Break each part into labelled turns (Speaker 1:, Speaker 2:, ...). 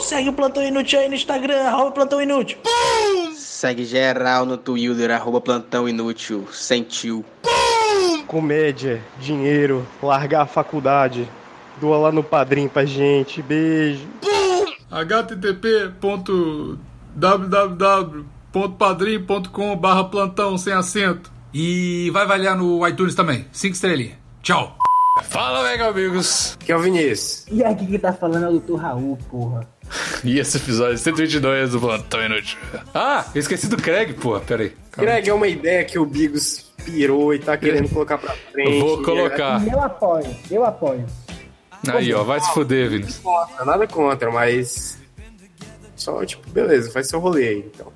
Speaker 1: segue o Plantão Inútil aí no Instagram, arroba Plantão Inútil.
Speaker 2: Segue geral no Twitter, arroba plantão inútil, sentiu.
Speaker 3: Comédia, dinheiro, largar a faculdade. Doa lá no padrinho pra gente. Beijo.
Speaker 4: http.www.padrim.com barra plantão sem acento. E vai avaliar no iTunes também. Cinco estrelinhas. Tchau. Fala, mega amigos.
Speaker 5: Que é o Vinícius.
Speaker 6: E aqui que tá falando é o Dr. Raul, porra.
Speaker 4: E esse episódio 122 do Plantão Inútil. Ah, eu esqueci do Craig, pô. Pera aí. Calma.
Speaker 5: Greg é uma ideia que o Bigos pirou e tá querendo colocar pra frente.
Speaker 4: Vou colocar.
Speaker 6: Eu apoio, eu apoio.
Speaker 4: Aí, ó. Vai se fuder, Vinícius.
Speaker 5: Nada contra, nada contra, mas. Só, tipo, beleza, faz seu rolê aí, então.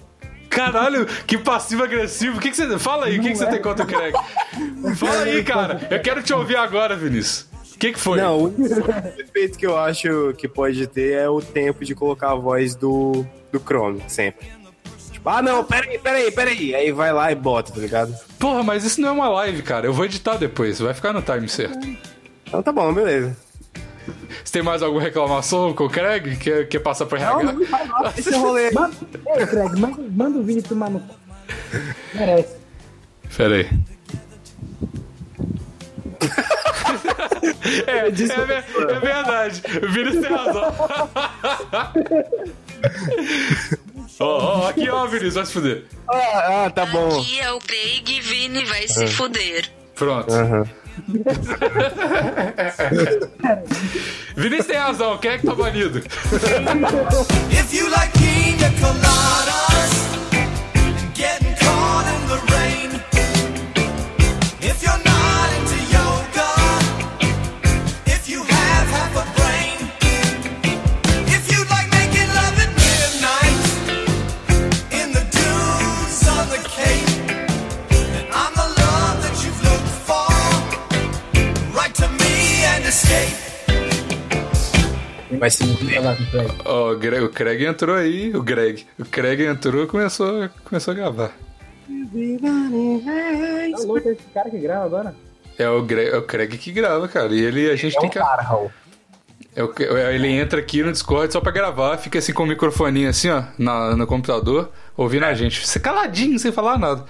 Speaker 4: Caralho, que passivo agressivo. O que, que você. Fala aí, o que, que você tem contra o Craig? Fala aí, cara. Eu quero te ouvir agora, Vinícius. O que, que foi?
Speaker 5: Não, o único defeito que eu acho que pode ter é o tempo de colocar a voz do, do Chrome, sempre. Tipo, ah não, peraí, peraí, peraí. Aí vai lá e bota, tá ligado?
Speaker 4: Porra, mas isso não é uma live, cara. Eu vou editar depois. Vai ficar no time certo.
Speaker 5: Então tá bom, beleza.
Speaker 4: Você tem mais alguma reclamação com o Craig? Quer, quer passar pro RH?
Speaker 5: Não, não vai lá, esse rolê. é
Speaker 6: Manda, Ei, Craig, manda, manda o vídeo tomar no. cu. Merece.
Speaker 4: Pera aí. É, é, ver- é verdade. O Vinícius tem razão. Ó, ó, ó, aqui, ó, Vinícius, vai se fuder.
Speaker 5: Ah, ah, tá bom.
Speaker 7: Aqui é o Craig Vini vai se fuder.
Speaker 4: Pronto. Vinícius tem razão, quem é que tá banido?
Speaker 8: If you like pina coladas and getting caught in the rain, if you're not into yoga, if you have half a brain, if you like making love at midnight in the dunes on the cape, then I'm the love that you've looked for. Write to me and escape.
Speaker 5: Vai se
Speaker 6: Vai lá com o Craig.
Speaker 4: Ó, o, Greg, o Craig entrou aí, o Greg. O Craig entrou e começou, começou a gravar.
Speaker 6: Tá louco esse cara que grava agora?
Speaker 4: É o, Greg, é o Craig que grava, cara. E ele, a
Speaker 5: É
Speaker 4: gente tem que.
Speaker 5: Para, um Raul.
Speaker 4: É o que- é, ele entra aqui no Discord só pra gravar, fica assim com o microfoninho assim, ó, na, no computador, ouvindo a gente. Você caladinho, sem falar nada.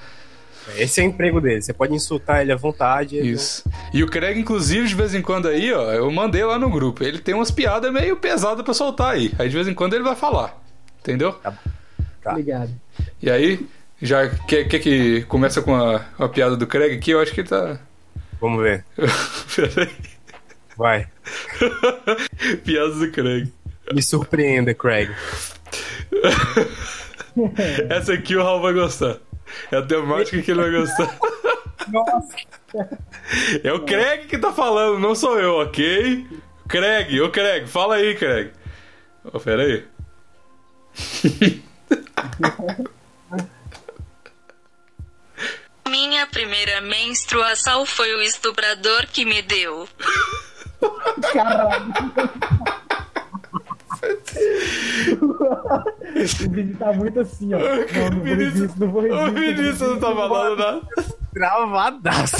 Speaker 5: Esse é o emprego dele. Você pode insultar ele à vontade. ele-
Speaker 4: Isso. E o Craig, inclusive, de vez em quando aí, ó, eu mandei lá no grupo. Ele tem umas piadas meio pesadas pra soltar aí. Aí de vez em quando ele vai falar. Entendeu?
Speaker 5: Tá.
Speaker 6: Obrigado.
Speaker 4: E aí, já que que, que começa com a, a piada do Craig aqui, eu acho que ele tá.
Speaker 5: Vamos ver.
Speaker 4: Peraí.
Speaker 5: Vai.
Speaker 4: Piadas do Craig.
Speaker 5: Me surpreenda, Craig.
Speaker 4: Essa aqui o Raul vai gostar. É a temática que ele vai gostar. É o Craig que tá falando, não sou eu, ok? Craig, ô Craig, fala aí, Craig. Ô, pera aí.
Speaker 7: Minha primeira menstruação foi o estuprador que me deu.
Speaker 6: Caralho. o vídeo tá muito assim, ó. Não, não vou
Speaker 4: Vinícius-
Speaker 6: rir disso, não vou rir
Speaker 4: Ô,
Speaker 6: disso.
Speaker 4: Vinícius não tá falando nada.
Speaker 5: Travadaço.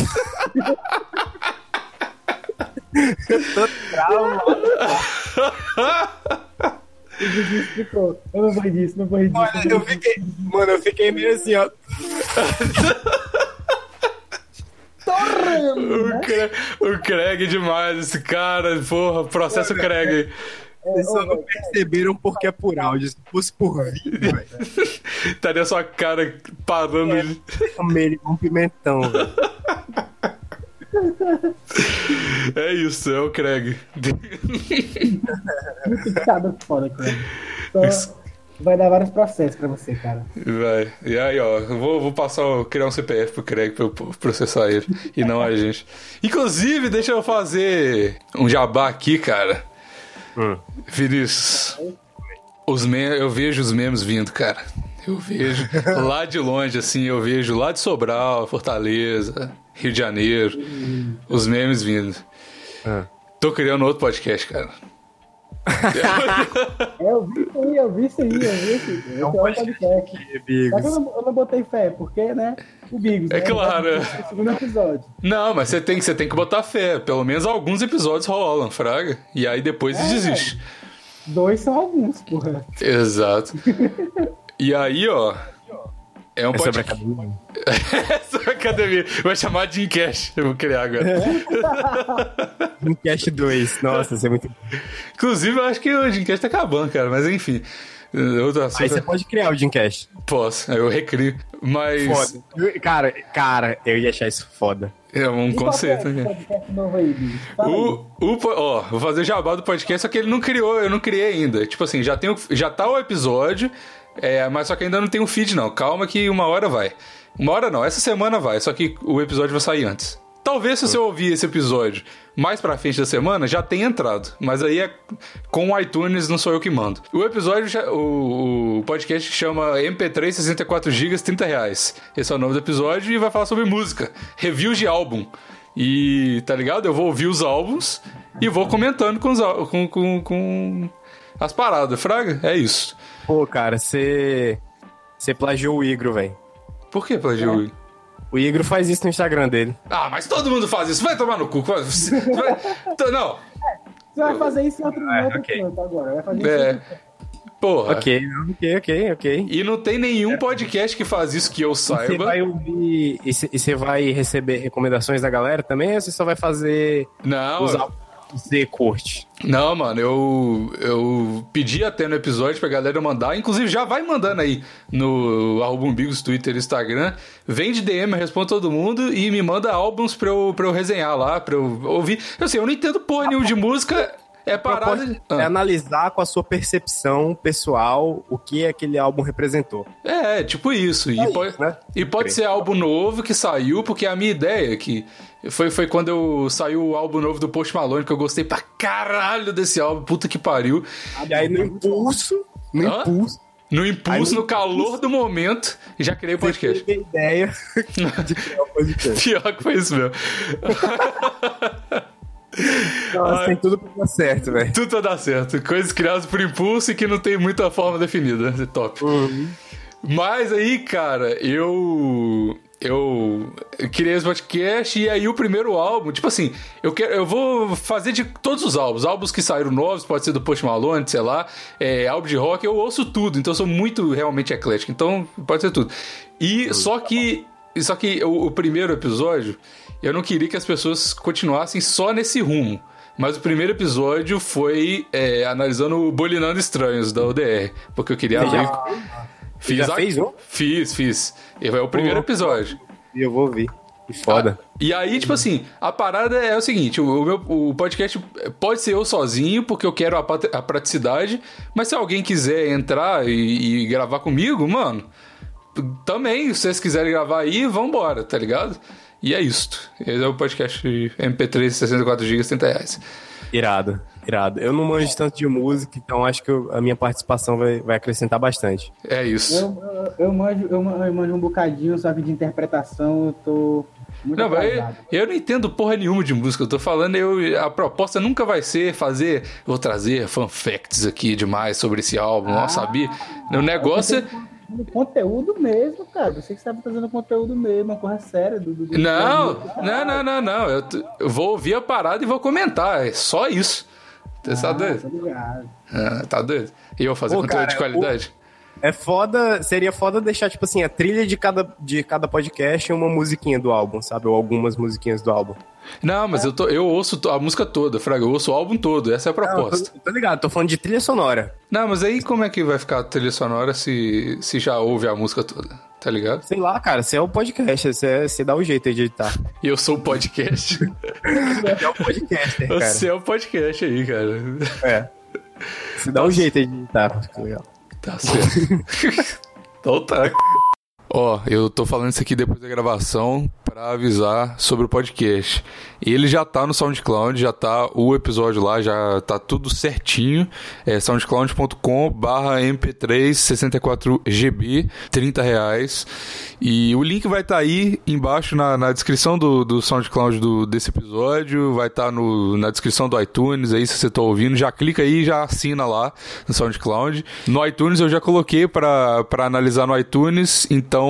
Speaker 5: Eu tô travado.
Speaker 6: Ficou. Eu não vou rir disso, não vou rir disso.
Speaker 5: Olha, eu fiquei. Mano, eu fiquei meio assim, ó.
Speaker 4: O Craig, o Craig é demais, esse cara, porra, processa o Craig.
Speaker 6: É,
Speaker 5: Vocês só não perceberam porque é por áudio. Se fosse por vídeo, velho.
Speaker 4: Tá na sua cara parando de.
Speaker 5: Comer um pimentão, velho.
Speaker 4: É isso, é o Craig.
Speaker 6: Cada foda, cara. Então, vai dar vários processos pra você, cara.
Speaker 4: Vai. E aí, ó, eu vou, vou passar, o- criar um CPF pro Craig pra eu po- processar ele e não a gente. Inclusive, deixa eu fazer um jabá aqui, cara. Vinícius, os me eu vejo os memes vindo, cara. Eu vejo lá de longe, assim, eu vejo lá de Sobral, Fortaleza, Rio de Janeiro,
Speaker 6: Hum.
Speaker 4: os memes vindo. Tô criando outro podcast, cara.
Speaker 6: É, eu vi isso aí, eu vi isso aí, eu vi isso aí. Esse é um podcast. Tá Só que eu
Speaker 5: Bigos.
Speaker 6: não, eu não botei fé, porque, né? O Bigos.
Speaker 4: É
Speaker 6: né,
Speaker 4: claro.
Speaker 6: é o Segundo episódio.
Speaker 4: Não, mas você tem, você
Speaker 6: É.
Speaker 4: tem que botar fé. Pelo menos alguns episódios rolam, fraga. E aí depois desiste.
Speaker 6: Dois são alguns, porra.
Speaker 4: Exato. E aí, ó. É um
Speaker 5: É sobre
Speaker 4: podcast. É sobre academia. Vai chamar de Cash. Eu vou criar
Speaker 6: É.
Speaker 4: agora.
Speaker 5: Dreamcast 2. Nossa, isso é muito.
Speaker 4: Inclusive, eu acho que o Dreamcast tá acabando, cara. Mas enfim. eh, Outro assunto.
Speaker 5: Aí você pode criar o Dreamcast.
Speaker 4: Posso. Aí eu recrio. Mas.
Speaker 5: Foda. Cara, cara, eu ia achar isso foda.
Speaker 4: É um
Speaker 6: E qual que é
Speaker 4: conceito,
Speaker 6: esse
Speaker 4: né?
Speaker 6: podcast novo aí, bicho? Fala aí.
Speaker 4: O, o, po- ó, vou fazer jabá do podcast, só que ele não criou, eu não criei ainda. Tipo assim, já, tem, o- já tá o episódio, é, mas só que ainda não tem o feed, não. Calma que uma hora vai. Uma hora não, essa semana vai, só que o episódio vai sair antes. Talvez se você ouvir esse episódio mais pra frente da semana, já tenha entrado. Mas aí é com o iTunes, não sou eu que mando. O episódio, já- o, o podcast chama MP3 64 GB 30 reais. Esse é o nome do episódio e vai falar sobre música. Reviews de álbum. E tá ligado? Eu vou ouvir os álbuns e vou comentando com, os, al- com, com, com as paradas, Fraga? É isso.
Speaker 5: Pô, cara, você. Você plagiou o Igro, velho.
Speaker 4: Por que,
Speaker 5: É.
Speaker 4: Plagio?
Speaker 5: O Igro faz isso no Instagram dele.
Speaker 4: Ah, mas todo mundo faz isso. Vai tomar no cu. Vai- você vai- Tô- Não.
Speaker 6: Você vai fazer isso em outro, em outro
Speaker 5: ok.
Speaker 6: canto agora. Vai fazer isso. em
Speaker 4: É.
Speaker 6: outro
Speaker 4: Porra.
Speaker 5: Ok, ok, ok, ok.
Speaker 4: E não tem nenhum podcast que faz isso que eu
Speaker 5: Você
Speaker 4: saiba.
Speaker 5: vai ouvir e você- e você vai receber recomendações da galera também ou você só vai fazer
Speaker 4: Não,
Speaker 5: os álbuns que você curte?
Speaker 4: Não, mano, eu, eu pedi até no episódio pra galera mandar. Inclusive, já vai mandando aí no arroba umbigos, Twitter, Instagram. Vem de DM, eu respondo todo mundo e me manda álbuns pra eu, pra eu resenhar lá, pra eu ouvir. Eu sei, eu não entendo porra nenhuma de música. É parada. de-
Speaker 5: É
Speaker 4: Ah,
Speaker 5: analisar com a sua percepção pessoal o que aquele álbum representou.
Speaker 4: É, tipo isso. E pode,
Speaker 5: isso, né?
Speaker 4: e pode
Speaker 5: Crer.
Speaker 4: ser álbum novo que saiu, porque a minha ideia é que foi, foi quando eu saiu o álbum novo do Post Malone, que eu gostei pra caralho desse álbum, puta que pariu.
Speaker 5: E aí no impulso, no
Speaker 4: Hã?
Speaker 5: impulso,
Speaker 4: No
Speaker 5: Aí
Speaker 4: impulso,
Speaker 5: no
Speaker 4: no calor do momento, já criei o
Speaker 5: você
Speaker 4: podcast.
Speaker 5: teve a ideia de criar o podcast.
Speaker 4: Pior que foi isso mesmo.
Speaker 5: Nossa, tem Então, assim, tudo pra dar certo, velho.
Speaker 4: Tudo vai dar certo. Coisas criadas por impulso e que não tem muita forma definida. É Top. Mas aí, cara, eu. Eu criei esse podcast e aí o primeiro álbum, tipo assim, eu quero, eu vou fazer de todos os álbuns, álbuns que saíram novos, pode ser do Post Malone, sei lá, é, álbum de rock, eu ouço tudo, então eu sou muito realmente eclético, então pode ser tudo. E só que, só que o, o primeiro episódio, eu não queria que as pessoas continuassem só nesse rumo. Mas o primeiro episódio foi é, analisando o Bolinando Estranhos da UDR, porque eu queria abrir. Fiz
Speaker 5: Já fez um?
Speaker 4: Fiz, fiz. E É o primeiro episódio.
Speaker 5: E eu vou ouvir. Que foda.
Speaker 4: E aí, tipo assim, a parada é o seguinte: o, o meu o podcast pode ser eu sozinho, porque eu quero a, pat- a praticidade, mas se alguém quiser entrar e, e gravar comigo, mano, também, se vocês quiserem gravar aí, vambora, tá ligado? E é isto. Esse é o podcast MP3 64GB, 30 reais.
Speaker 5: Irado, irado. Eu não manjo tanto de música, então acho que eu- a minha participação vai, vai acrescentar bastante.
Speaker 4: É isso.
Speaker 6: Eu, eu, eu, manjo, eu, man- eu manjo um bocadinho, só que de interpretação eu tô muito
Speaker 4: Não, mas eu,
Speaker 6: atrasado.
Speaker 4: eu não entendo porra nenhuma de música. Eu tô falando, eu, a proposta nunca vai ser fazer. Vou trazer fan facts aqui demais sobre esse álbum. Nossa, sabia? O negócio. é-
Speaker 6: No conteúdo mesmo, cara. Você que estava fazendo conteúdo mesmo, uma coisa séria. Do, do, do-
Speaker 4: Não,
Speaker 6: do-
Speaker 4: não, não, não, não. Eu, t- eu vou ouvir a parada e vou comentar. É só isso. Você tá
Speaker 6: Ah, tô
Speaker 4: doido?
Speaker 6: ligado.
Speaker 4: Ah, tá doido? E eu fazer
Speaker 5: Pô,
Speaker 4: conteúdo
Speaker 5: cara,
Speaker 4: de qualidade?
Speaker 5: É foda, seria foda deixar, tipo assim, a trilha de cada, de cada podcast e uma musiquinha do álbum, sabe? Ou algumas musiquinhas do álbum.
Speaker 4: Não, mas eu, tô, eu ouço to- a música toda, Fraga. Eu ouço o álbum todo. Essa é a
Speaker 5: Não,
Speaker 4: proposta.
Speaker 5: tô, tô ligado, tô falando de trilha sonora.
Speaker 4: Não, mas aí como é que vai ficar a trilha sonora se, se já ouve a música toda? Tá ligado?
Speaker 5: Sei lá, cara, você é o podcast, você, você dá o jeito aí de editar.
Speaker 4: E eu sou o podcast.
Speaker 5: Você é o podcaster, cara.
Speaker 4: Você é o podcast aí, cara.
Speaker 5: É. Você dá o jeito aí de editar, fica legal.
Speaker 4: Tá certo. então tá. Ó, eu tô falando isso aqui depois da gravação pra avisar sobre o podcast. Ele já tá no SoundCloud, já tá o episódio lá, já tá tudo certinho. É soundcloud.com barra mp3 64gb, 30 reais. E o link vai estar aí embaixo na, na descrição do, do SoundCloud do, desse episódio, vai estar na descrição do iTunes aí, se você tá ouvindo. Já clica aí e já assina lá no SoundCloud. No iTunes eu já coloquei pra pra analisar no iTunes, então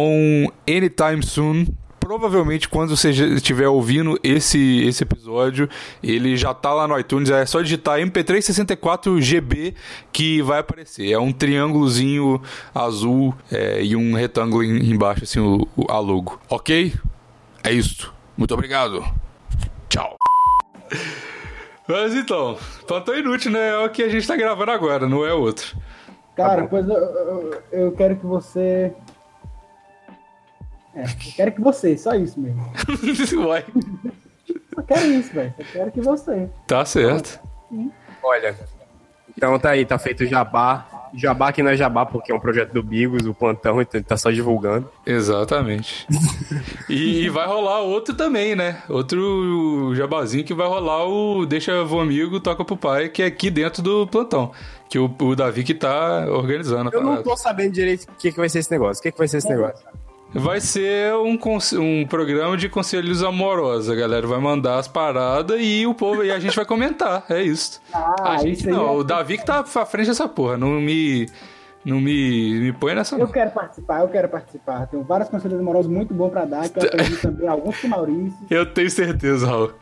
Speaker 4: anytime soon provavelmente quando você já estiver ouvindo esse, esse episódio, ele já tá lá no iTunes. É só digitar MP364GB que vai aparecer. É um triângulozinho azul é, e um retângulo em- embaixo, assim, o, o- a logo. Ok? É isso. Muito obrigado. Tchau. Mas então, plantão inútil, né? É o que a gente tá gravando agora, não é outro.
Speaker 6: Cara, pois eu, eu, eu quero que você. É, eu quero que você, só isso mesmo.
Speaker 4: Uai.
Speaker 6: Só quero isso, velho. Só quero que você.
Speaker 4: Tá certo.
Speaker 5: Olha, então tá aí, tá feito o jabá. Jabá que não é jabá, porque é um projeto do Bigos, o plantão, então ele tá só divulgando.
Speaker 4: Exatamente. e, e vai rolar outro também, né? Outro jabazinho que vai rolar o Deixa Vô Amigo, Toca Pro Pai, que é aqui dentro do plantão. Que o, o Davi que tá organizando a
Speaker 5: Eu não
Speaker 4: parada.
Speaker 5: tô sabendo direito o que, que vai ser esse negócio. O que, que vai ser esse negócio?
Speaker 4: Vai ser um, conse- um programa de conselhos amorosos, a galera. Vai mandar as paradas e o povo e a gente vai comentar. É isso.
Speaker 6: Ah,
Speaker 4: a gente
Speaker 6: isso aí
Speaker 4: não.
Speaker 6: é-
Speaker 4: O Davi que tá pra frente dessa porra. Não me. Não me, me põe nessa.
Speaker 6: Eu
Speaker 4: Não.
Speaker 6: quero participar, eu quero participar. Tenho vários conselhos amorosos muito bons pra dar, que eu aprendi também alguns com o Maurício.
Speaker 4: Eu tenho certeza, Raul.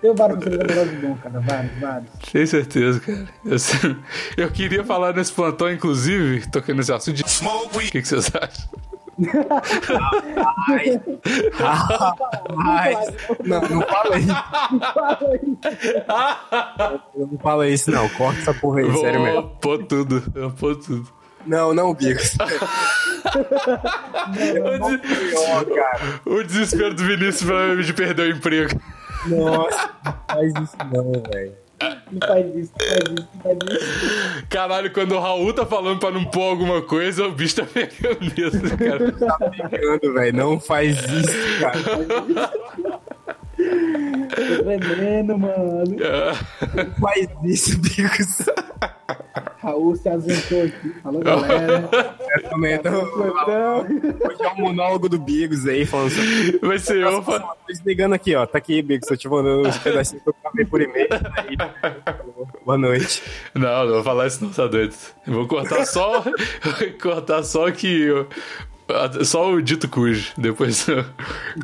Speaker 6: Tenho vários conselhos amorosos bons, cara. Vários, vários.
Speaker 4: Tenho certeza, cara. Eu, sei- eu queria falar nesse plantão, inclusive, tocando nesse assunto de. O que, que vocês acham?
Speaker 5: Mas, não, não fala isso. Não fala isso, não. Corta essa porra aí,
Speaker 4: Vou
Speaker 5: sério mesmo.
Speaker 4: pôr tudo. Eu pôr tudo.
Speaker 5: Não, não, Bigos.
Speaker 4: O, des-
Speaker 5: Pior, cara.
Speaker 4: o desespero do Vinícius pra mim de perder o emprego.
Speaker 5: Nossa, não faz isso não, velho.
Speaker 6: Não faz isso, não faz isso, não faz isso.
Speaker 4: Caralho, quando o Raul tá falando pra não pôr alguma coisa, o bicho tá pegando nisso, cara.
Speaker 5: Tá brincando, velho. Não faz isso, cara.
Speaker 6: Tô tremendo, mano.
Speaker 5: Não faz isso, Bigos.
Speaker 6: Raul se azentou aqui. Falou, galera.
Speaker 5: Eu também tô...
Speaker 6: Então,
Speaker 5: Hoje é um monólogo do Bigos aí, falando sobre
Speaker 4: Vai ser eu.
Speaker 5: Nossa,
Speaker 4: fa-
Speaker 5: só tô desligando aqui, ó. Tá aqui, Bigos. Eu te mandando os pedacinhos que eu gravei por e-mail. Aí, Boa noite.
Speaker 4: Não, não vou falar isso, não, tá doido. Eu vou cortar só. vou cortar só que. eu- Só o dito cujo. Depois. eu-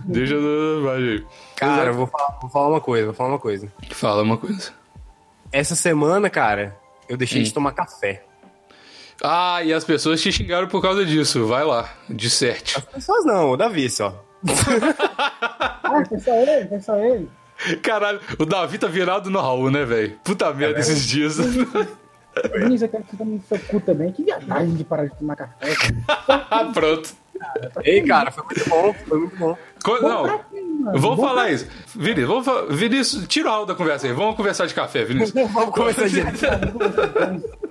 Speaker 4: Deixa eu. vai aí.
Speaker 5: Cara, eu vou falar, vou falar uma coisa, vou falar uma coisa.
Speaker 4: Fala uma coisa.
Speaker 5: Essa semana, cara, eu deixei de tomar café.
Speaker 4: Ah, e as pessoas te xingaram por causa disso. Vai lá, disserte.
Speaker 5: As pessoas não, o Davi só.
Speaker 6: ah, foi só ele, foi só ele.
Speaker 4: Caralho, o Davi tá virado no Raul, né, velho? Puta merda, esses dias.
Speaker 6: Vinícius, eu quero que você tome tá no seu cu também. Que viadagem de parar de tomar café. cara.
Speaker 4: ah, pronto.
Speaker 5: Ei, cara, foi muito bom, foi muito bom.
Speaker 4: Co- não,
Speaker 6: Mano,
Speaker 4: vamos falar isso. Vinícius, vamos fa- Vinícius, tira o Raul da conversa aí. Vamos conversar de café, Vinícius.
Speaker 5: Vamos começar direto.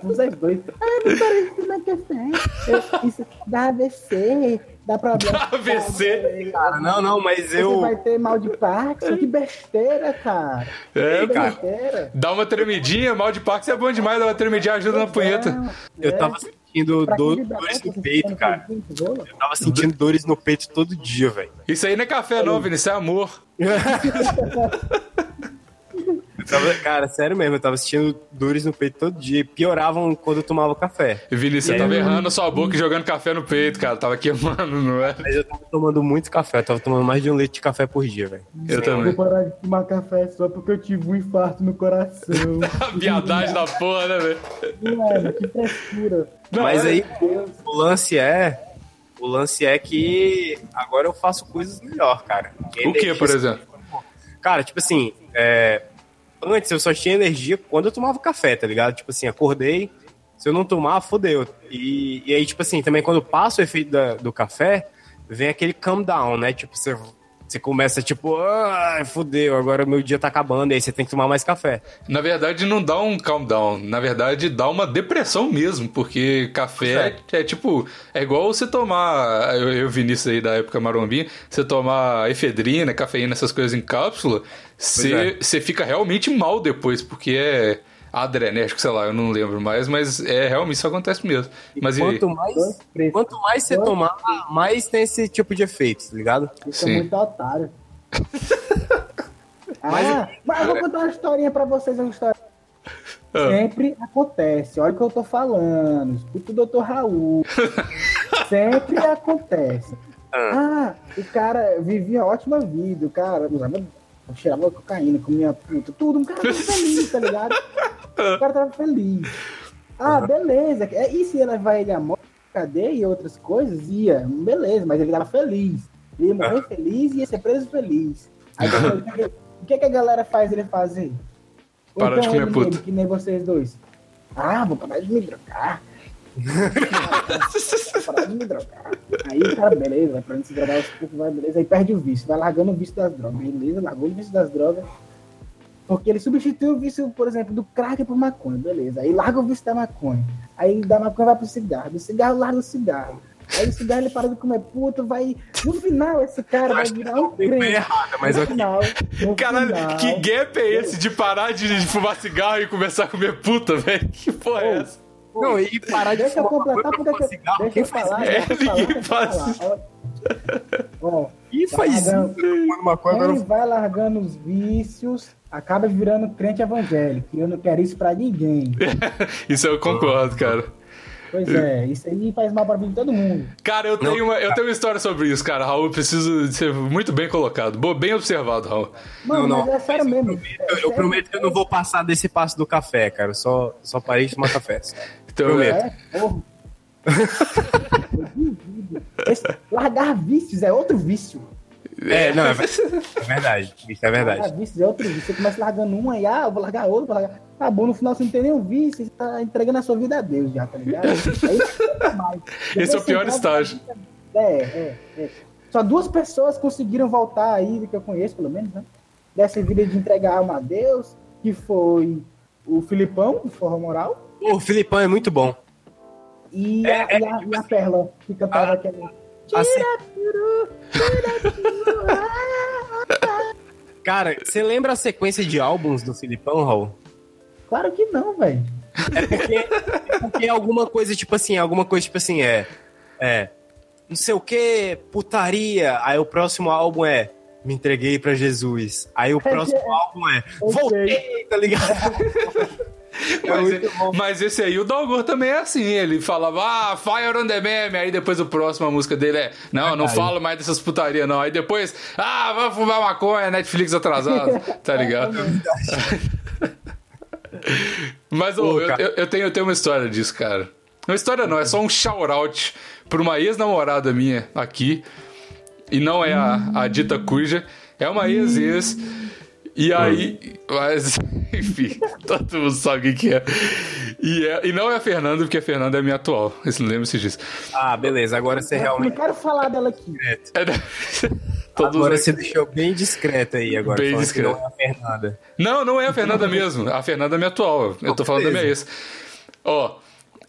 Speaker 6: Vocês dois. Ah, não parei de tomar café. Eu- isso dá AVC, dá problema.
Speaker 4: AVC.
Speaker 5: Cara, não, não, mas
Speaker 6: Você
Speaker 5: eu.
Speaker 6: vai ter mal de Parkinson. Que besteira, cara.
Speaker 4: É,
Speaker 6: Que
Speaker 4: cara.
Speaker 6: besteira.
Speaker 4: Dá uma tremidinha, mal de parque, é bom demais, dá uma tremidinha, ajuda na punheta.
Speaker 5: Eu tava sentindo
Speaker 6: Pra
Speaker 5: do-
Speaker 6: quem libera,
Speaker 5: dores
Speaker 6: você
Speaker 5: no peito,
Speaker 6: tá
Speaker 5: cara.
Speaker 6: com tijolo?
Speaker 5: Eu tava sentindo dores no peito todo dia, velho.
Speaker 4: Isso aí não é café, não, Vinícius, é amor.
Speaker 5: Eu tava- Cara, sério mesmo, eu tava sentindo dores no peito todo dia. E pioravam quando eu tomava café.
Speaker 4: Vinícius, você
Speaker 5: É.
Speaker 4: tava errando a sua boca e jogando café no peito, cara. Tava queimando, não é?
Speaker 5: Mas eu tava tomando muito café, eu tava tomando mais de um litro de café por dia, velho.
Speaker 4: Eu
Speaker 6: Vou
Speaker 4: também.
Speaker 6: parar de tomar café só porque eu tive um infarto no coração.
Speaker 4: A viadagem da porra, né, velho?
Speaker 6: Mano, que frescura.
Speaker 4: é.
Speaker 5: Mas aí
Speaker 6: Deus.
Speaker 5: o lance é. O lance é que agora eu faço coisas melhor, cara.
Speaker 4: O que, por exemplo?
Speaker 5: Cara, tipo assim, é, antes eu só tinha energia quando eu tomava café, tá ligado? Tipo assim, acordei, se eu não tomar, fodeu. E, e aí, tipo assim, também quando passa o efeito da- do café, vem aquele calm down, né? Tipo, você, você começa tipo, ah, fodeu, agora meu dia tá acabando, e aí você tem que tomar mais café.
Speaker 4: Na verdade, não dá um calm down. Na verdade, dá uma depressão mesmo, porque café é, tipo. É igual você tomar. Eu, eu vi nisso aí da época marombinha. Você tomar efedrina, cafeína, essas coisas em cápsula. Você
Speaker 5: é.
Speaker 4: você fica realmente mal depois, porque é adrenético, sei lá, eu não lembro mais. Mas é realmente isso acontece mesmo. Mas e aí?
Speaker 5: quanto mais, quanto mais você tomar, mais tem esse tipo de efeito, tá ligado?
Speaker 6: Isso
Speaker 4: Sim.
Speaker 6: é muito otário. ah, mas, eu vou contar uma historinha pra vocês. Uma história.
Speaker 4: Ah.
Speaker 6: Sempre acontece. Olha o que eu tô falando. Escuta o doutor Raul. Sempre acontece. Ah, o cara vivia ótima vida, o cara usava, cheirava cocaína, comia puta, tudo. O cara tava feliz, tá ligado? O cara tava feliz. Ah, beleza. É, E se ela vai ele à morte, cadeia e outras coisas? Ia, beleza, mas ele tava feliz. Ele ia
Speaker 4: Ah.
Speaker 6: morrer feliz e ia ser preso feliz. Aí depois, o que que- o que, que a galera faz ele fazer? Ou
Speaker 4: Parar de comer
Speaker 6: ele
Speaker 4: puta.
Speaker 6: mesmo, Que nem vocês dois. Ah, vou parar de me drogar. Vou parar de me drogar. Aí, cara, beleza, vai parando de se drogar, aos poucos, vai, beleza. Aí perde o vício, vai largando o vício das drogas. Beleza, largou o vício das drogas. Porque ele substitui o vício, por exemplo, do crack por maconha, beleza. Aí larga o vício da maconha. Aí da maconha vai pro cigarro. Do cigarro larga o cigarro. Aí o cigarro ele para de comer puta, vai. No final, esse cara vai virar um
Speaker 5: tem coisa
Speaker 6: crente.
Speaker 5: errada, mas
Speaker 6: no
Speaker 5: ok.
Speaker 6: final, no
Speaker 4: Caralho,
Speaker 6: final,
Speaker 4: que gap é esse de parar de fumar cigarro e começar a comer puta, velho? Que porra é essa?
Speaker 5: Não, e parar de
Speaker 6: Deixa eu
Speaker 5: fumar
Speaker 6: completar
Speaker 5: maconha pra fumar
Speaker 6: porque eu,
Speaker 5: cigarro,
Speaker 6: deixa
Speaker 5: quem
Speaker 6: eu
Speaker 5: faz
Speaker 6: falar.
Speaker 4: É,
Speaker 6: deixa eu falar,
Speaker 4: ninguém
Speaker 6: deixa eu
Speaker 4: faz
Speaker 6: falar.
Speaker 4: isso.
Speaker 6: Ó, Ó,
Speaker 5: Quem faz
Speaker 6: Tá
Speaker 5: isso? Fumando maconha,
Speaker 6: Ele
Speaker 5: agora
Speaker 6: vai largando os vícios, acaba virando crente evangélico. E eu não quero isso pra ninguém.
Speaker 4: Isso eu concordo, cara.
Speaker 6: Pois é, isso aí faz mal pra mim todo mundo.
Speaker 4: Cara, eu tenho, uma, eu tenho uma história sobre isso, cara. Raul, preciso de ser muito bem colocado. Boa, bem observado, Raul.
Speaker 6: Mano,
Speaker 5: não,
Speaker 6: mas é sério
Speaker 5: mas eu
Speaker 6: mesmo.
Speaker 5: prometo- Eu, eu prometo que eu não vou passar desse passo do café, cara. Eu só, só parei de tomar café. só.
Speaker 4: Então,
Speaker 5: Prometo.
Speaker 4: é,
Speaker 6: É, porra. Eu duvido. Esse- largar vícios é outro vício.
Speaker 5: É, não, é ver- é verdade. Isso é
Speaker 6: Largar
Speaker 5: verdade.
Speaker 6: vícios é outro vício. Você começa largando um aí, ah, eu vou largar outro, vou largar. Tá bom, no final você não tem nenhum vício, você tá entregando a sua vida a Deus já, tá ligado? Aí, mais.
Speaker 4: esse é o
Speaker 6: Depois
Speaker 4: pior
Speaker 6: você
Speaker 4: estágio.
Speaker 6: É, é, é. Só duas pessoas conseguiram voltar aí, que eu conheço, pelo menos, né? Dessa vida de entregar a alma a Deus, que foi o Filipão, de forma moral,
Speaker 5: Pô, o Filipão é muito bom.
Speaker 6: e a, e a- e É, a Assim- Perla, que cantava
Speaker 5: Ah,
Speaker 6: aquela.
Speaker 5: A se- Cara, você lembra a sequência de álbuns do Filipão, Raul?
Speaker 6: Claro que não, velho.
Speaker 5: É porque, é porque alguma coisa, tipo assim, alguma coisa, tipo assim, é. É. Não sei o que, putaria. Aí o próximo álbum é. Me entreguei pra Jesus. Aí o próximo álbum é. Voltei, tá ligado? É
Speaker 4: Mas,
Speaker 5: muito bom.
Speaker 4: mas esse aí, o Dalgor também é assim. Ele falava, ah, Fire on the Meme. Aí depois o próximo, a música dele é, não, não falo mais dessas putaria, não. Aí depois, ah, vamos fumar maconha, Netflix atrasado. Tá ligado? Mas ô,
Speaker 5: Ô,
Speaker 4: eu,
Speaker 5: cara.
Speaker 4: eu- eu tenho, eu tenho uma história disso, cara. Uma história não, é só um shout-out pra uma ex-namorada minha aqui. E não é a, a dita cuja, é uma ex-ex. E aí. Mas, enfim, todo mundo sabe o que que é. E, é- e não é a Fernanda, porque a Fernanda é minha atual. Isso lembra-se disso.
Speaker 5: Ah, beleza. Agora você
Speaker 6: Não é.
Speaker 5: realmente.
Speaker 6: quero falar dela aqui.
Speaker 4: É, né? Todo mundo-
Speaker 5: Agora você deixou bem discreto aí agora.
Speaker 4: Bem
Speaker 5: falando que
Speaker 4: discreto.
Speaker 5: Não é a Fernanda.
Speaker 4: Não, não é a Fernanda mesmo. A Fernanda é minha atual. Eu tô falando da minha ex. Ó,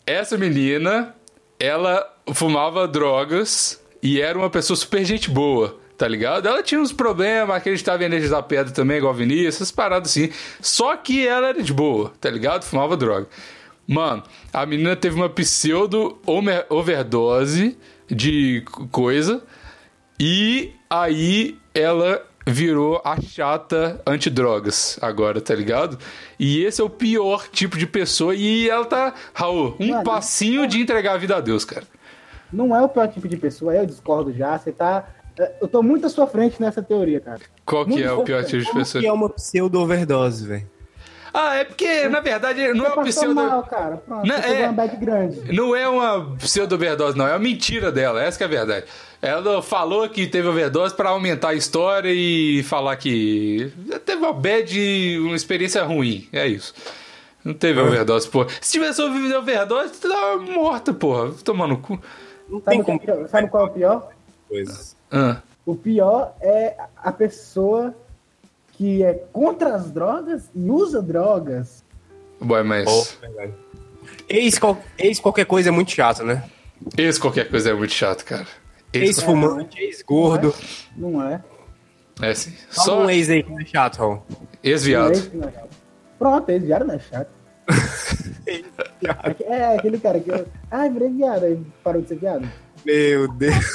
Speaker 4: essa menina, ela fumava drogas e era uma pessoa super gente boa, tá ligado? Ela tinha uns problemas, acreditava em energizar pedra também, igual a Vinícius, essas paradas assim. Só que ela era de boa, tá ligado? Fumava droga. Mano, a menina teve uma pseudo homer- overdose de co- coisa. E aí ela virou a chata antidrogas agora, tá ligado? E esse é o pior tipo de pessoa. E ela tá, Raul, um
Speaker 6: Mano,
Speaker 4: passinho de entregar a vida a Deus, cara.
Speaker 6: Não é o pior tipo de pessoa, eu discordo já. Você tá. Eu tô muito à sua frente nessa teoria, cara.
Speaker 4: Qual que
Speaker 6: Muito
Speaker 4: é o
Speaker 6: bom,
Speaker 4: pior
Speaker 6: cara.
Speaker 4: tipo de
Speaker 5: Como que
Speaker 4: pessoa?
Speaker 5: é uma pseudo-overdose, velho?
Speaker 4: Ah, é porque, na verdade, não é
Speaker 6: Você
Speaker 4: uma
Speaker 6: passou mal,
Speaker 4: pseudo...
Speaker 6: cara. Pronto,
Speaker 4: Não,
Speaker 6: você pegou
Speaker 4: é-
Speaker 6: uma bad grande.
Speaker 4: Não é uma pseudo-overdose, não. É uma mentira dela. Essa que é a verdade. Ela falou que teve overdose pra aumentar a história e falar que teve uma bad, uma experiência ruim. É isso. Não teve overdose, porra. Se tivesse ouvido overdose, tu tava morta, porra. Tomando cu.
Speaker 5: Não tem
Speaker 6: Sabe, o que é
Speaker 5: como.
Speaker 6: pior? Sabe qual é o pior?
Speaker 5: Coisas.
Speaker 4: Ah.
Speaker 6: O pior é a pessoa que é contra as drogas e usa drogas.
Speaker 4: Boy, mas
Speaker 5: verdade. Ex, qual- ex qualquer coisa é muito chato, né?
Speaker 4: esse qualquer coisa é muito chato, cara. Esse
Speaker 5: Ex-fumante, ex-gordo.
Speaker 6: Não é?
Speaker 4: é assim.
Speaker 5: Só
Speaker 4: Só
Speaker 5: um ex aí que não é chato, Raul.
Speaker 6: Não é
Speaker 4: ex-viado.
Speaker 6: isso que não é chato. Pronto, esse viado não é chato. É que- É aquele cara que eu. Ai, virei viado, aí parou de ser viado.
Speaker 5: Meu Deus.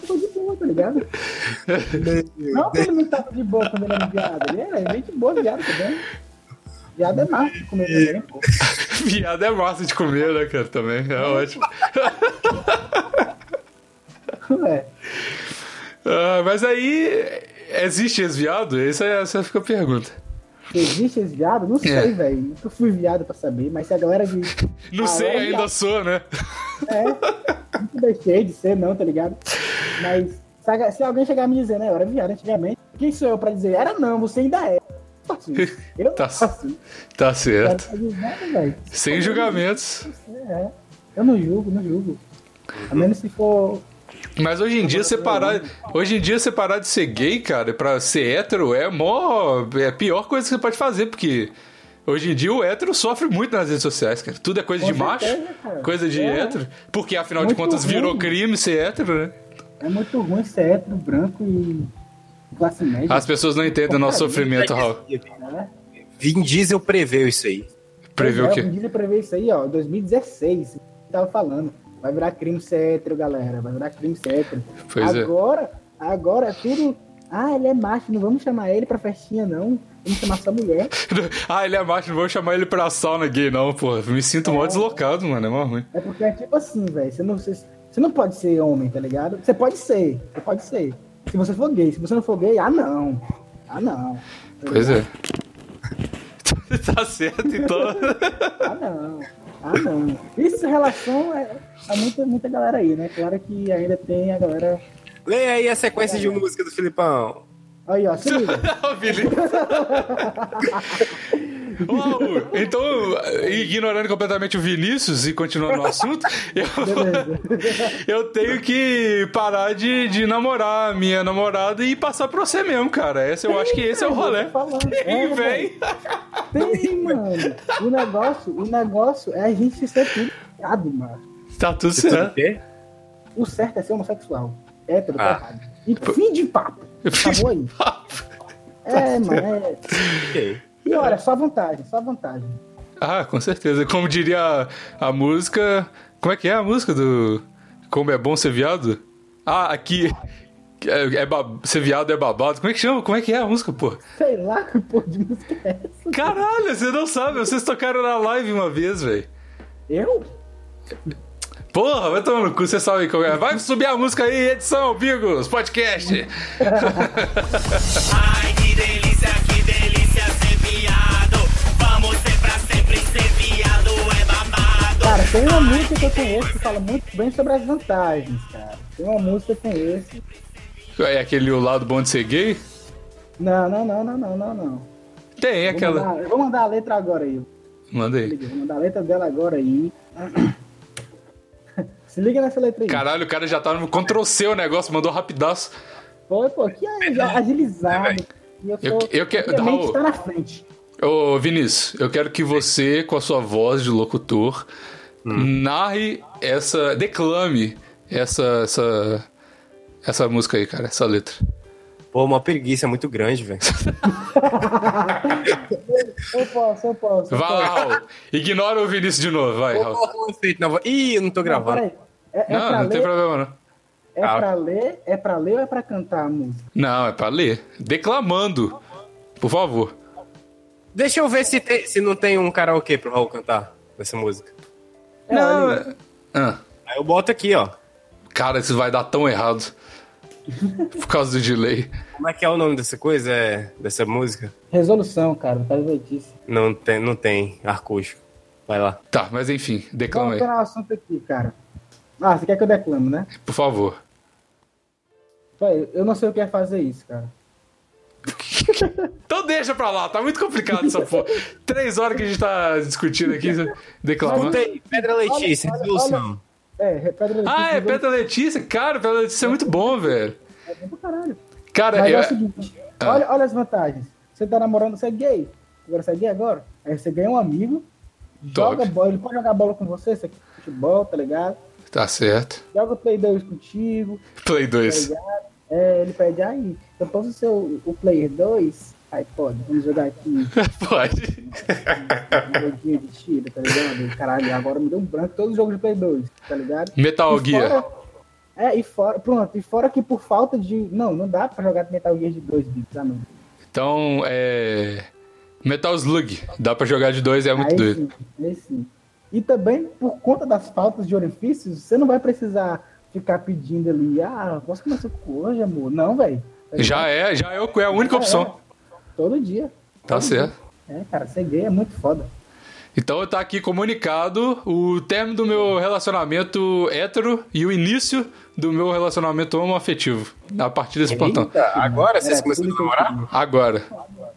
Speaker 6: Ficou de boa, tá ligado? Não que ele não tava de boa quando ele era viado. Ele era gente boa, viado também. Viado é massa comer também, pô.
Speaker 4: Viado é massa de comer, né, cara? Também. É ótimo.
Speaker 6: É.
Speaker 4: Ah, mas aí, existe esse viado? Essa, é, essa fica a pergunta.
Speaker 6: Existe esse viado? Não sei,
Speaker 4: É.
Speaker 6: velho. Nunca fui viado pra saber, mas se a galera de.
Speaker 4: Não
Speaker 6: Ah,
Speaker 4: sei,
Speaker 6: é
Speaker 4: ainda
Speaker 6: viado.
Speaker 4: sou, né?
Speaker 6: É, nunca deixei de ser, não, tá ligado? Mas se, a- se alguém chegar a me dizer, né, eu era viado antigamente, quem sou eu pra dizer? Era não, você ainda é. Assim, Eu
Speaker 4: Tá
Speaker 6: assim,
Speaker 4: Tá certo.
Speaker 6: eu não faço nada, velho.
Speaker 4: Sem julgamentos.
Speaker 6: É, eu não julgo, não julgo. A menos se for.
Speaker 4: Mas hoje em dia separar, hoje em dia separar de ser gay, cara, pra ser hétero é mó, é a pior coisa que você pode fazer, porque hoje em dia o hétero sofre muito nas redes sociais, cara. Tudo é coisa
Speaker 6: Com
Speaker 4: de
Speaker 6: certeza,
Speaker 4: macho,
Speaker 6: cara.
Speaker 4: coisa de
Speaker 6: É.
Speaker 4: hétero, porque afinal de
Speaker 6: Muito
Speaker 4: contas virou
Speaker 6: ruim.
Speaker 4: crime ser hétero, né?
Speaker 6: É muito ruim ser hétero, branco e classe média.
Speaker 4: As pessoas não entendem o nosso sofrimento, Raul.
Speaker 6: né?
Speaker 5: Vin Diesel preveu isso aí.
Speaker 4: Prevê
Speaker 6: Pois é,
Speaker 4: o quê?
Speaker 6: O Disney prevê isso aí, ó, 2016. Tava falando. Vai virar crime ser hétero, galera. Vai virar crime ser hétero.
Speaker 4: Pois é.
Speaker 6: agora, agora é tudo. Ah, ele é macho, não vamos chamar ele pra festinha, não. Vamos chamar só mulher.
Speaker 4: Ah, ele é macho, não vou chamar ele pra sauna gay, não, pô. Me sinto mó deslocado, mano. É mó ruim.
Speaker 6: É porque é tipo assim, velho. Você não, você, você não pode ser homem, tá ligado? Você pode ser, você pode ser. Se você for gay, se você não for gay, ah não. Ah não.
Speaker 4: Pois é. tá certo, então.
Speaker 6: Ah não. Ah não. Isso em relação é, a muita, muita galera aí, né? Claro que ainda tem a galera.
Speaker 5: Leia aí a sequência de música do Filipão.
Speaker 6: Aí, ó, se liga.
Speaker 4: Não, Felipe. Uau, então, ignorando completamente o Vinícius e continuando no assunto, eu, eu tenho que parar de, de namorar a minha namorada e passar pra você mesmo, cara. Esse, eu acho que esse é o rolê.
Speaker 6: Tô falando. É,
Speaker 4: E
Speaker 6: velho.
Speaker 4: vem.
Speaker 6: Tem, mano. O negócio, o negócio é a gente ser tudo errado, mano.
Speaker 4: Tá tudo
Speaker 5: Você sabe o
Speaker 4: certo.
Speaker 5: quê?
Speaker 6: O certo é ser homossexual. Hétero tá
Speaker 5: Ah.
Speaker 6: errado. E fim de papo. Acabou aí. É, mano. É...
Speaker 5: Ok.
Speaker 6: E olha, só vantagem, só vantagem.
Speaker 4: Ah, com certeza. Como diria a, a música. Como é que é a música do. Como é bom ser viado? Ah, aqui. É, é ba- Ser viado é babado. Como é que chama? Como é que é a música, pô?
Speaker 6: Sei lá que porra de música é essa.
Speaker 4: Caralho, você não sabe. Vocês tocaram na live uma vez, velho.
Speaker 6: Eu?
Speaker 4: Porra, vai tomar no cu, você sabe como é. Vai subir a música aí, edição, Bigos, podcast.
Speaker 9: Ai, que delícia, que delícia ser viado. Vamos ser pra sempre ser viado, é babado.
Speaker 6: Cara, tem uma música que eu conheço que fala muito bem sobre as vantagens, cara. Tem uma música que eu conheço.
Speaker 4: É aquele o lado bom de ser gay?
Speaker 6: Não, não, não, não, não, não, não.
Speaker 4: Tem
Speaker 6: Vou
Speaker 4: aquela.
Speaker 6: mandar- eu vou mandar a letra agora aí.
Speaker 4: Manda
Speaker 6: Se
Speaker 4: aí.
Speaker 6: liga, Vou mandar a letra dela agora aí. Se liga nessa letra aí.
Speaker 4: Caralho, o cara já tá no Ctrl C o negócio, mandou rapidaço.
Speaker 6: Foi, pô, que
Speaker 4: É,
Speaker 6: aí, já agilizado. E eu,
Speaker 4: Eu-
Speaker 6: sou,
Speaker 4: eu que-
Speaker 6: minha mente
Speaker 4: Raul.
Speaker 6: tá na frente.
Speaker 4: Ô, Vinícius, eu quero que você, com a sua voz de locutor, narre essa. declame essa. essa. essa música aí, cara, essa letra.
Speaker 5: Pô, uma preguiça muito grande, velho.
Speaker 6: Eu posso, eu posso. eu
Speaker 4: Vai lá, Raul. Ignora o Vinícius de novo, vai, Raul.
Speaker 5: Porra, não feito na voz. Ih, eu não tô
Speaker 6: Não,
Speaker 5: gravando.
Speaker 6: peraí. É, é,
Speaker 4: Não,
Speaker 6: pra
Speaker 4: não
Speaker 6: ler,
Speaker 4: tem problema, não.
Speaker 6: é pra ler, é pra ler ou é pra cantar a música?
Speaker 4: Não, é pra ler. Declamando. Por favor.
Speaker 5: Deixa eu ver se, tem- se não tem um karaokê pro Raul cantar essa música.
Speaker 6: É,
Speaker 4: não,
Speaker 6: olha aí.
Speaker 4: é- Ah,
Speaker 5: Aí eu boto aqui, ó.
Speaker 4: cara, isso vai dar tão errado. Por causa do delay.
Speaker 5: Como é que é o nome dessa coisa? É, dessa música?
Speaker 6: Resolução, cara, tá doidice.
Speaker 5: Não tem, não tem acústico. Vai lá.
Speaker 4: Tá, mas enfim, declama
Speaker 6: Vamos
Speaker 4: aí.
Speaker 6: pegar o assunto aqui, cara. Ah, você quer que eu declamo, né?
Speaker 4: Por favor.
Speaker 6: Vai, Eu não sei o que é fazer isso, cara.
Speaker 4: Então deixa pra lá, tá muito complicado essa porra. Três horas que a gente tá discutindo aqui, declamando.
Speaker 5: Tem Pedra Letícia,
Speaker 6: olha,
Speaker 5: resolução.
Speaker 6: É, é Pedra
Speaker 4: Ah, é
Speaker 6: Pedra
Speaker 4: Pedra Letícia? Cara, Pedra Letícia é muito bom, velho.
Speaker 6: é caralho.
Speaker 4: Cara,
Speaker 6: Mas é o
Speaker 4: eu... Ah.
Speaker 6: seguinte, olha, olha as vantagens. Você tá namorando, você é gay. Agora você é gay agora. Aí você ganha um amigo,
Speaker 4: Top.
Speaker 6: joga bola, ele pode jogar bola com você, você quer futebol, tá ligado?
Speaker 4: tá certo.
Speaker 6: Joga Play 2 contigo,
Speaker 4: Play
Speaker 6: tá
Speaker 4: 2.
Speaker 6: ligado? É, ele pede aí. Eu posso ser o, o Player 2? Aí pode, vamos jogar aqui
Speaker 4: Pode.
Speaker 6: um joguinho de tiro, tá ligado? Caralho, agora me deu um branco todo jogo de Play 2, tá ligado?
Speaker 4: Metal
Speaker 6: E
Speaker 4: Gear.
Speaker 6: fora- É, e fora, pronto, e fora que por falta de. Não, não dá pra jogar Metal Gear de 2 bits, ah, não.
Speaker 4: Então, é. Metal Slug. Dá pra jogar de dois, é muito
Speaker 6: aí
Speaker 4: doido.
Speaker 6: Sim, aí sim. E também, por conta das faltas de orifícios, você não vai precisar ficar pedindo ali, ah, posso comer suco hoje, amor? Não, velho.
Speaker 4: Já é, já é o- é a única opção.
Speaker 6: Todo dia.
Speaker 4: Tá certo.
Speaker 6: É, cara, ser gay é muito foda.
Speaker 4: Então tá aqui comunicado o término do meu relacionamento hétero e o início do meu relacionamento homoafetivo. A partir desse plantão.
Speaker 5: Eita, agora vocês
Speaker 6: Era
Speaker 5: começaram
Speaker 6: tudo
Speaker 5: a
Speaker 6: que eu
Speaker 5: namorar?
Speaker 6: queria.
Speaker 4: Agora.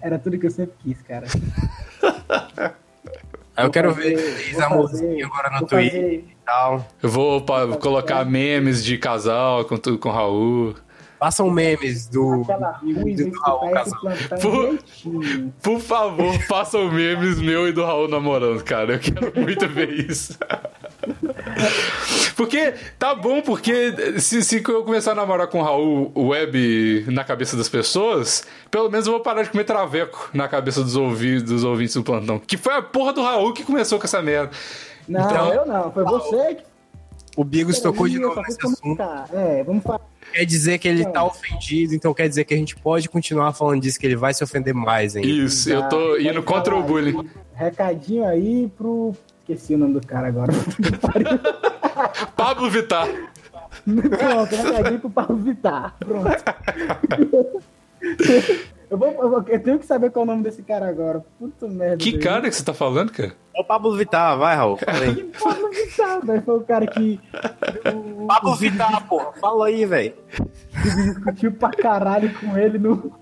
Speaker 6: Era tudo que eu sempre quis, cara.
Speaker 5: Aí eu quero
Speaker 6: fazer-
Speaker 5: ver eles
Speaker 6: vou
Speaker 5: amorzinho
Speaker 6: fazer-
Speaker 5: agora no
Speaker 6: vou
Speaker 5: Twitter
Speaker 6: fazer-
Speaker 5: e tal.
Speaker 4: Eu vou pa- colocar memes de casal com, tu- com o Raul.
Speaker 5: Façam memes do.
Speaker 6: Aquela ruim
Speaker 5: do
Speaker 6: que
Speaker 5: Raul
Speaker 6: parece
Speaker 5: casal.
Speaker 6: plantar
Speaker 4: Pô.
Speaker 6: direitinho.
Speaker 4: Por favor, façam memes meu e do Raul namorando, cara. Eu quero muito ver isso. Porque tá bom, porque se, se eu começar a namorar com o Raul web na cabeça das pessoas, pelo menos eu vou parar de comer traveco na cabeça dos, ouvi- dos ouvintes do plantão. Que foi a porra do Raul que começou com essa merda.
Speaker 6: Não,
Speaker 4: Então-
Speaker 6: eu não. Foi você que
Speaker 5: O Bigos tocou de
Speaker 6: Ih,
Speaker 5: novo
Speaker 6: eu só fui
Speaker 5: nesse assunto.
Speaker 6: comentar. É, vamos falar.
Speaker 5: Quer dizer que ele tá ofendido, então quer dizer que a gente pode continuar falando disso, que ele vai se ofender mais ainda.
Speaker 4: Isso, eu tô
Speaker 6: Pode
Speaker 4: indo contra o
Speaker 6: falar.
Speaker 4: bullying.
Speaker 6: Ah, Recadinho aí pro. Esqueci o nome do cara agora.
Speaker 4: Pablo Vittar.
Speaker 6: Pronto, recadinho pro Paulo Vittar. Pronto. Eu, vou, eu, vou- eu tenho que saber qual é o nome desse cara agora. Puta merda.
Speaker 4: Que
Speaker 6: velho.
Speaker 4: cara que você tá falando, cara?
Speaker 5: É o Pablo Vittar, vai, Raul. Fala aí.
Speaker 6: Que Pablo Vittar, velho. Foi o cara que. o-
Speaker 5: Pablo Vittar, pô, fala aí, velho.
Speaker 6: discutiu pra caralho com ele no,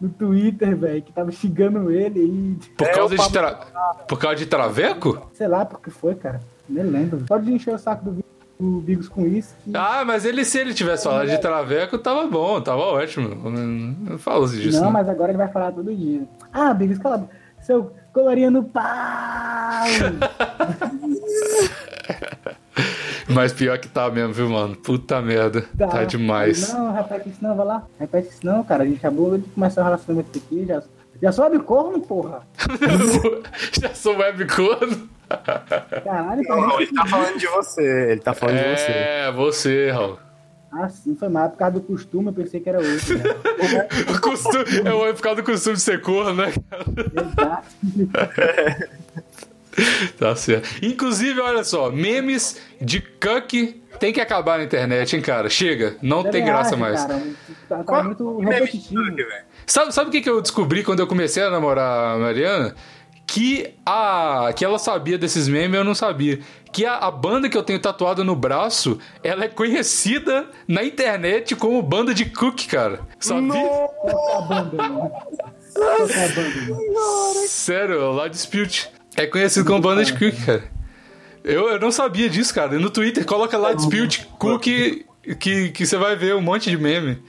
Speaker 6: no Twitter, velho, que tava xingando ele e
Speaker 4: Por
Speaker 5: É,
Speaker 4: causa
Speaker 5: o
Speaker 4: de
Speaker 5: Pablo
Speaker 4: tra... Por causa de traveco?
Speaker 6: sei lá porque foi, cara. Nem lembro. Pode encher o saco do, Bi- do Bigos com isso. Que...
Speaker 4: Ah, mas ele, se ele tivesse falado de traveco, tava bom, tava ótimo. Não falo disso.
Speaker 6: não,
Speaker 4: né?
Speaker 6: mas agora ele vai falar todo dia. Ah, Bigos, cala a boca. Seu colorinho no pau!
Speaker 4: mas... pior que tá mesmo, viu, mano? Puta merda. Tá, demais.
Speaker 6: Não, repete isso não, vai lá. Repete isso não, cara. A gente acabou de começar o relacionamento aqui, já, já sobe corno, porra.
Speaker 4: Já sou webcorno.
Speaker 6: Caralho,
Speaker 5: Não, Raul,
Speaker 6: cara.
Speaker 5: ele tá falando de você. Ele tá falando de você.
Speaker 4: É, você, Raul.
Speaker 6: Ah, sim, foi mal. Por causa do costume, eu pensei que era outro. né?
Speaker 4: O costume... É por causa do costume de ser corno, né?
Speaker 6: Exato.
Speaker 4: Tá certo. Inclusive, olha só, memes de cuck tem que acabar na internet, hein, cara? Chega, não
Speaker 6: Também
Speaker 4: tem graça
Speaker 6: acho,
Speaker 4: mais. é
Speaker 6: cara. Tá, tá muito
Speaker 5: Que meme de
Speaker 6: repetitivo.
Speaker 5: tudo aqui, velho.
Speaker 4: Sabe, sabe o que, que eu descobri quando eu comecei a namorar a Mariana? Que, a, que ela sabia desses memes, eu não sabia. Que a, a banda que eu tenho tatuada no braço, ela é conhecida na internet como banda de Cook, cara. Sabia?
Speaker 6: Tocar é a banda, mano. Tocar a banda, né? mano.
Speaker 4: Sério, lá Dispute. É conhecido como banda de Cook, cara. Eu, eu não sabia disso, cara. E No Twitter, coloca lá Dispute Cook que, que você vai ver um monte de meme.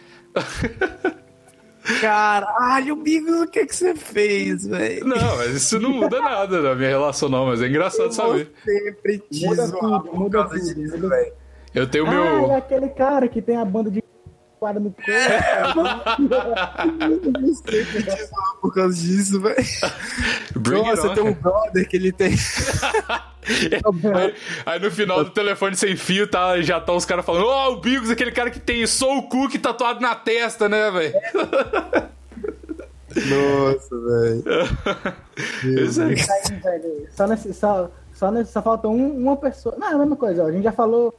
Speaker 5: Caralho, Bigos, o que que você fez, velho?
Speaker 4: Não, mas isso não muda nada na minha relação, não. Mas é engraçado saber.
Speaker 5: sempre te
Speaker 6: Muda
Speaker 5: zoar
Speaker 6: tudo,
Speaker 5: por
Speaker 6: muda
Speaker 5: causa
Speaker 6: tudo,
Speaker 5: disso,
Speaker 6: muda
Speaker 5: velho.
Speaker 4: Eu tenho
Speaker 6: Ah, é
Speaker 4: meu.
Speaker 6: aquele cara que tem a banda de quadro no corpo.
Speaker 5: Te zoar por causa disso, velho.
Speaker 4: Bring it
Speaker 5: Nossa,
Speaker 4: on,
Speaker 5: tem um
Speaker 4: cara.
Speaker 5: brother que ele tem.
Speaker 4: Aí, aí no final do telefone sem fio tá, já tá os caras falando: Ó, o Bigos, aquele cara que tem Soul Cook tatuado na testa, né, velho?
Speaker 5: Nossa, velho.
Speaker 4: Isso aí.
Speaker 6: Aí, velho, Só, nesse, só, só, nesse, só falta um- uma pessoa. Não, é a mesma coisa, ó. A gente já falou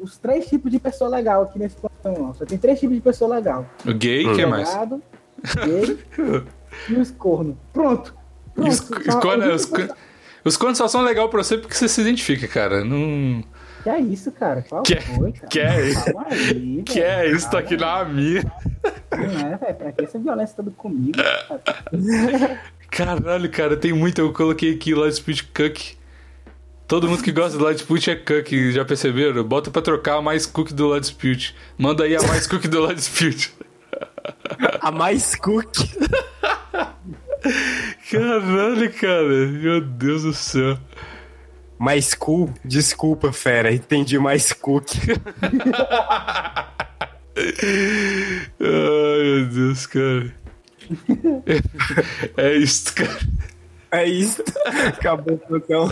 Speaker 6: os três tipos de pessoa legal aqui nesse plantão, ó. Só tem três tipos de pessoa legal.
Speaker 4: O gay, o que é mais?
Speaker 6: Drogado, gay e os corno. Pronto. Pronto.
Speaker 4: Os,
Speaker 6: Só-
Speaker 4: os, cornos- os, cor- os cornos só são legal pra você porque você se identifica, cara. Não.
Speaker 6: Que é isso, cara? Qual
Speaker 4: Que-
Speaker 6: foi, cara?
Speaker 4: que é-
Speaker 6: Calma aí,
Speaker 4: Que
Speaker 6: velho.
Speaker 4: é isso, tá aqui na minha.
Speaker 6: Não é, velho. Pra que essa violência toda comigo?
Speaker 4: É,
Speaker 6: cara?
Speaker 4: Caralho, cara, tem muito. Eu coloquei aqui Lightsput Cook. Todo mundo que gosta de Lightsput é Cook, já perceberam? Bota pra trocar a mais cook do Lightsput. Manda aí a mais cook do Lightsput.
Speaker 5: A mais cook.
Speaker 4: Caralho, cara. Meu Deus do céu.
Speaker 5: Mais cool? Desculpa, fera. Entendi mais cook.
Speaker 4: Ai, meu Deus, cara. É isso, cara.
Speaker 5: É isso. Acabou o plantão.